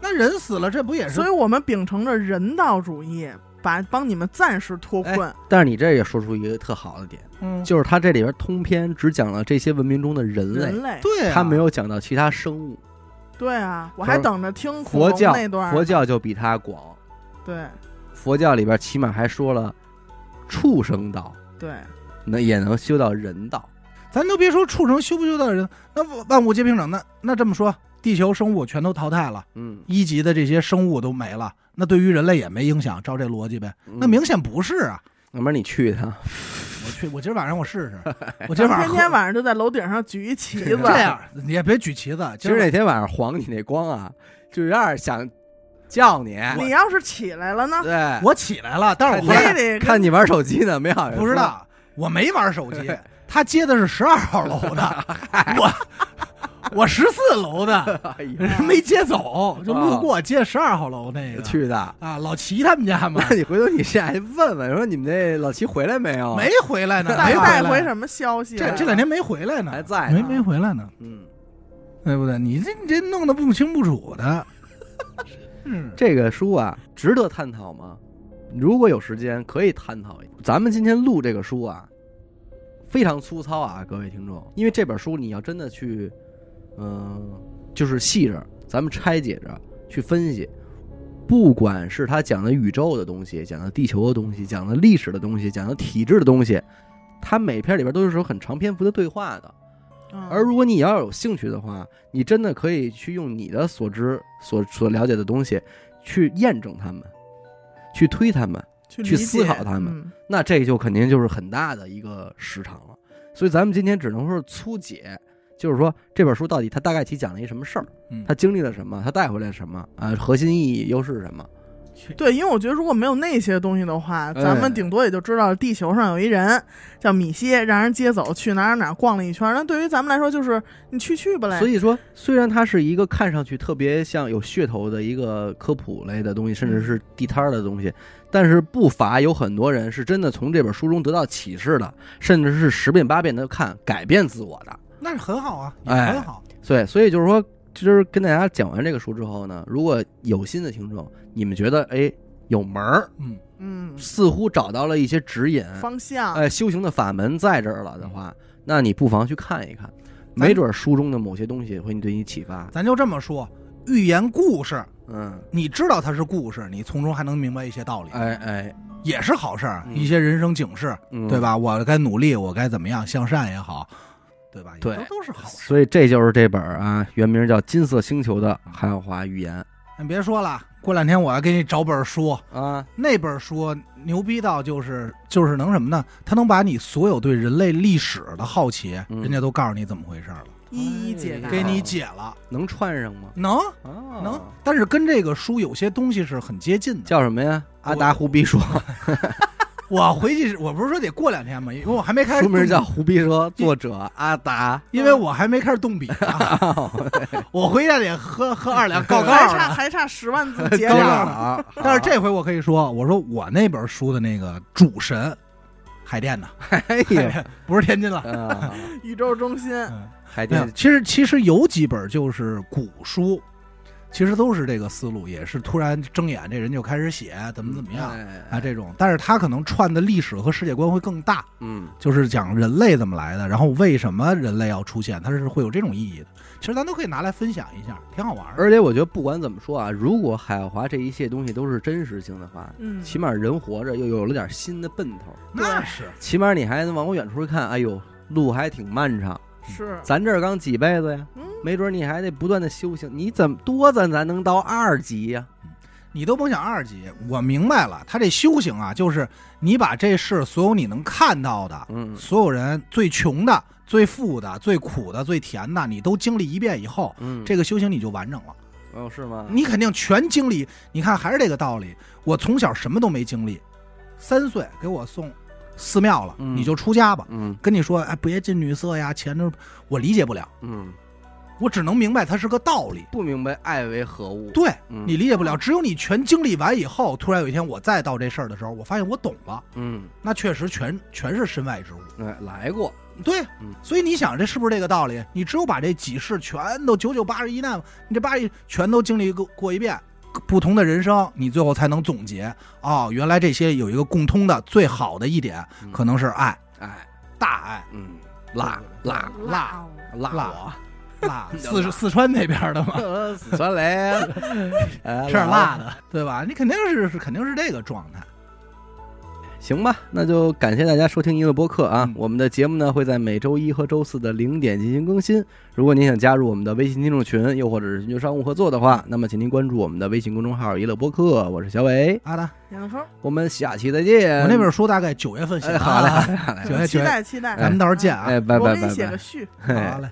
Speaker 2: 那人死了，这不也是
Speaker 3: 所以我们秉承着人道主义，把帮你们暂时脱
Speaker 1: 哎
Speaker 3: 困。
Speaker 1: 但是你这也说出一个特好的点，
Speaker 2: 嗯
Speaker 1: 就是它这里边通篇只讲了这些文明中的人类，
Speaker 3: 人类，
Speaker 2: 对、啊，
Speaker 1: 它没有讲到其他生物。
Speaker 3: 对啊，我
Speaker 1: 佛
Speaker 3: 还等着听恐
Speaker 1: 佛
Speaker 3: 龙
Speaker 1: 教
Speaker 3: 那段儿
Speaker 1: 佛
Speaker 3: 呢
Speaker 1: 教就比它广，
Speaker 3: 对
Speaker 1: 佛教里边起码还说了畜生道，
Speaker 3: 对，
Speaker 1: 那也能修到人道。
Speaker 2: 咱都别说畜生修不修道人，那万万物皆平等。那那这么说，地球生物全都淘汰了，
Speaker 1: 嗯，
Speaker 2: 一级的这些生物都没了，那对于人类也没影响。照这逻辑呗，那
Speaker 1: 嗯
Speaker 2: 明显不是啊！
Speaker 1: 要不然你去一趟，
Speaker 2: 我去，我今儿晚上我 试试，我今
Speaker 3: 天
Speaker 2: 儿晚上
Speaker 3: 天晚上就在楼顶上举一旗子，
Speaker 2: 这样，你也别举旗子。
Speaker 1: 其
Speaker 2: 今
Speaker 1: 实
Speaker 2: 儿
Speaker 1: 那天晚上晃你那光啊，就有点想叫你，
Speaker 3: 你要是起来了呢，
Speaker 1: 对，
Speaker 2: 我起来了，但是我
Speaker 1: 看
Speaker 3: 非得跟
Speaker 1: 看你玩手机呢，没好意思
Speaker 2: 哎不知，哎道，我没玩手机，他接的是十二号楼的，我我十四楼 的
Speaker 1: 哎呀，
Speaker 2: 人没接走，就路过接十二号楼那个
Speaker 1: 去的。
Speaker 2: 啊，老齐他们家嘛
Speaker 1: 那，你回头你下去问问，说你们那老齐回来没有？
Speaker 2: 没，回来呢，
Speaker 3: 带
Speaker 2: 没
Speaker 3: 带
Speaker 2: 回
Speaker 3: 回
Speaker 2: 来。
Speaker 3: 什么消息
Speaker 2: 这
Speaker 3: 来？
Speaker 2: 这两天没回来呢，
Speaker 1: 还在
Speaker 2: 没
Speaker 1: 呢。
Speaker 2: 没回来呢，
Speaker 1: 嗯，
Speaker 2: 对不对？你这你这弄得不清不楚的， 是
Speaker 1: 这个书啊，值得探讨吗？如果有时间，可以探讨一下。咱们今天录这个书啊，非常粗糙啊，各位听众，因为这本书你要真的去，嗯、就是细着，咱们拆解着去分析。不管是他讲的宇宙的东西，讲的地球的东西，讲的历史的东西，讲的体制的东西，他每篇里边都是有很长篇幅的对话的。
Speaker 3: 嗯
Speaker 1: 而如果你要有兴趣的话，你真的可以去用你的所知、所所了解的东西去验证他们，去推他们，
Speaker 3: 去
Speaker 1: 去
Speaker 3: 理
Speaker 1: 思
Speaker 3: 解
Speaker 1: 考他们
Speaker 3: 嗯
Speaker 1: 那这就肯定就是很大的一个时长了。所以咱们今天只能说是粗解，就是说这本书到底它大概其讲了一什么事儿，它经历了什么，它带回来什么啊，核心意义又是什么？
Speaker 3: 对，因为我觉得如果没有那些东西的话，咱
Speaker 1: 哎
Speaker 3: 们顶多也就知道地球上有一人叫米歇，让人接走去哪儿哪儿逛了一圈儿。那对于咱们来说，就是你去去吧嘞。
Speaker 1: 所以说，虽然它是一个看上去特别像有噱头的一个科普类的东西，甚至是地摊儿的东西，但是不乏有很多人是真的从这本书中得到启示的，甚至是十遍八遍的看，改变自我的。
Speaker 2: 那是很好啊，也
Speaker 1: 哎
Speaker 2: 很好。
Speaker 1: 所以，所以就是说，就是跟大家讲完这个书之后呢，如果有新的听众，你们觉得哎有门儿，
Speaker 2: 嗯，
Speaker 3: 嗯，
Speaker 1: 似乎找到了一些指引，
Speaker 3: 方向、
Speaker 1: 哎，修行的法门在这儿了的话，那你不妨去看一看，
Speaker 2: 咱
Speaker 1: 没准儿书中的某些东西会对你启发。
Speaker 2: 咱就这么说，寓言故事，
Speaker 1: 嗯，
Speaker 2: 你知道它是故事，你从中还能明白一些道理，
Speaker 1: 哎哎，
Speaker 2: 也是好事儿，
Speaker 1: 嗯
Speaker 2: 一些人生警示，
Speaker 1: 嗯
Speaker 2: 对？吧？我该努力，我该怎么样，向善也好，对吧？也
Speaker 1: 对
Speaker 2: 都都是好事。
Speaker 1: 所以这就是这本儿啊，原名叫《金色星球》的海奥华语言
Speaker 2: 你别说了，过两天我要给你找本书，
Speaker 1: 啊，
Speaker 2: 那本书牛逼到就是就是能什么呢？它能把你所有对人类历史的好奇，
Speaker 1: 嗯
Speaker 2: 人家都告诉你怎么回事儿了，
Speaker 3: 一一解答。
Speaker 1: 哎
Speaker 2: 给你解了，
Speaker 1: 能串上吗？
Speaker 2: 能
Speaker 1: 啊
Speaker 2: 能。但是跟这个书有些东西是很接近 的。
Speaker 1: 叫什么呀？阿达胡逼说，
Speaker 2: 我回去，我不是说得过两天吗？因为我还没开始
Speaker 1: 书
Speaker 2: 动笔，
Speaker 1: 名叫《胡逼说》，作者阿 达。
Speaker 2: 因为我还没开始动笔 啊，
Speaker 1: 哦
Speaker 2: 我回家得喝喝二两高
Speaker 3: 还
Speaker 2: 高
Speaker 3: 差
Speaker 2: 的。
Speaker 3: 还差十万 字结
Speaker 1: 结
Speaker 3: 稿
Speaker 1: 果
Speaker 3: 呢，
Speaker 1: 啊，
Speaker 2: 但是这回我可以说，我说我那本书的那个主神海淀的，
Speaker 1: 哎呀，
Speaker 2: 不是天津了。
Speaker 1: 啊，
Speaker 3: 宇宙中心，
Speaker 2: 嗯，
Speaker 1: 海
Speaker 2: 没有
Speaker 1: 淀
Speaker 2: 其实其实有几本就是古书，其实都是这个思路，也是突然睁眼这人就开始写怎么怎么样啊
Speaker 1: 哎，
Speaker 2: 这种，但是他可能串的历史和世界观会更大，
Speaker 1: 嗯，
Speaker 2: 就是讲人类怎么来的，然后为什么人类要出现，它是会有这种意义的。其实咱都可以拿来分享一下，挺好玩儿的。
Speaker 1: 而且我觉得不管怎么说啊，如果海奥华这一切东西都是真实性的话，
Speaker 3: 嗯，
Speaker 1: 起码人活着又有了点新的奔头，
Speaker 2: 那是
Speaker 1: 起码你还能往我远处一看，哎呦，路还挺漫长，
Speaker 3: 是，
Speaker 1: 咱这儿刚几辈子呀，
Speaker 3: 嗯，
Speaker 1: 没准你还得不断的修行，你怎么多咱咱能到二级呀？
Speaker 2: 你都甭想二级，我明白了，他这修行啊，就是你把这事所有你能看到的，
Speaker 1: 嗯
Speaker 2: 所有人最穷的、最富的、最苦的、最甜的，你都经历一遍以后，
Speaker 1: 嗯，
Speaker 2: 这个修行你就完整了。
Speaker 1: 哦是吗？
Speaker 2: 你肯定全经历，你看还是这个道理。我从小什么都没经历，三岁给我送寺庙了，
Speaker 1: 嗯
Speaker 2: 你就出家吧。
Speaker 1: 嗯
Speaker 2: 跟你说，哎，别近女色呀，前头我理解不了，
Speaker 1: 嗯，
Speaker 2: 我只能明白它是个道理。
Speaker 1: 不明白爱为何物，
Speaker 2: 对
Speaker 1: 嗯
Speaker 2: 你理解不了，只有你全经历完以后，突然有一天我再到这事儿的时候，我发现我懂了，
Speaker 1: 嗯，
Speaker 2: 那确实全全是身外之物。
Speaker 1: 哎来过，
Speaker 2: 对
Speaker 1: 嗯，
Speaker 2: 所以你想，这是不是这个道理？你只有把这几世全都九九八十一难，你这八十一全都经历过过一遍，不同的人生，你最后才能总结哦，原来这些有一个共通的最好的一点，
Speaker 1: 嗯
Speaker 2: 可能是爱，
Speaker 1: 哎
Speaker 2: 大爱，
Speaker 1: 嗯，辣辣
Speaker 2: 辣
Speaker 3: 哦
Speaker 1: 辣
Speaker 2: 辣
Speaker 1: 我。
Speaker 2: 辣，
Speaker 1: 你就
Speaker 2: 四
Speaker 1: 辣
Speaker 2: 四川那边的 嘛，
Speaker 1: 死酸雷，哎
Speaker 2: 吃点辣。的，对吧？你肯定是是肯定是这个状态。
Speaker 1: 行吧，那就感谢大家收听音乐播客啊！
Speaker 2: 嗯
Speaker 1: 我们的节目呢会在每周一和周四的零点进行更新。如果您想加入我们的微信听众群，又或者是寻求商务合作的话，
Speaker 2: 嗯
Speaker 1: 那么请您关注我们的微信公众号“娱乐播客”，我是小伟，
Speaker 2: 阿达，
Speaker 3: 杨老师，
Speaker 1: 我们下期再见。
Speaker 2: 我那本书大概九月份写
Speaker 1: 哎，
Speaker 2: 的，
Speaker 1: 呃好嘞，
Speaker 2: 啊
Speaker 1: 好嘞，
Speaker 2: 九月
Speaker 3: 期
Speaker 2: 九月，
Speaker 3: 待期待，
Speaker 2: 咱们到时候见啊。
Speaker 1: 哎，拜
Speaker 3: 我
Speaker 1: 拜
Speaker 3: 给你
Speaker 1: 拜
Speaker 3: 写
Speaker 1: 拜
Speaker 3: 个，序，
Speaker 1: 嘿
Speaker 2: 好嘞，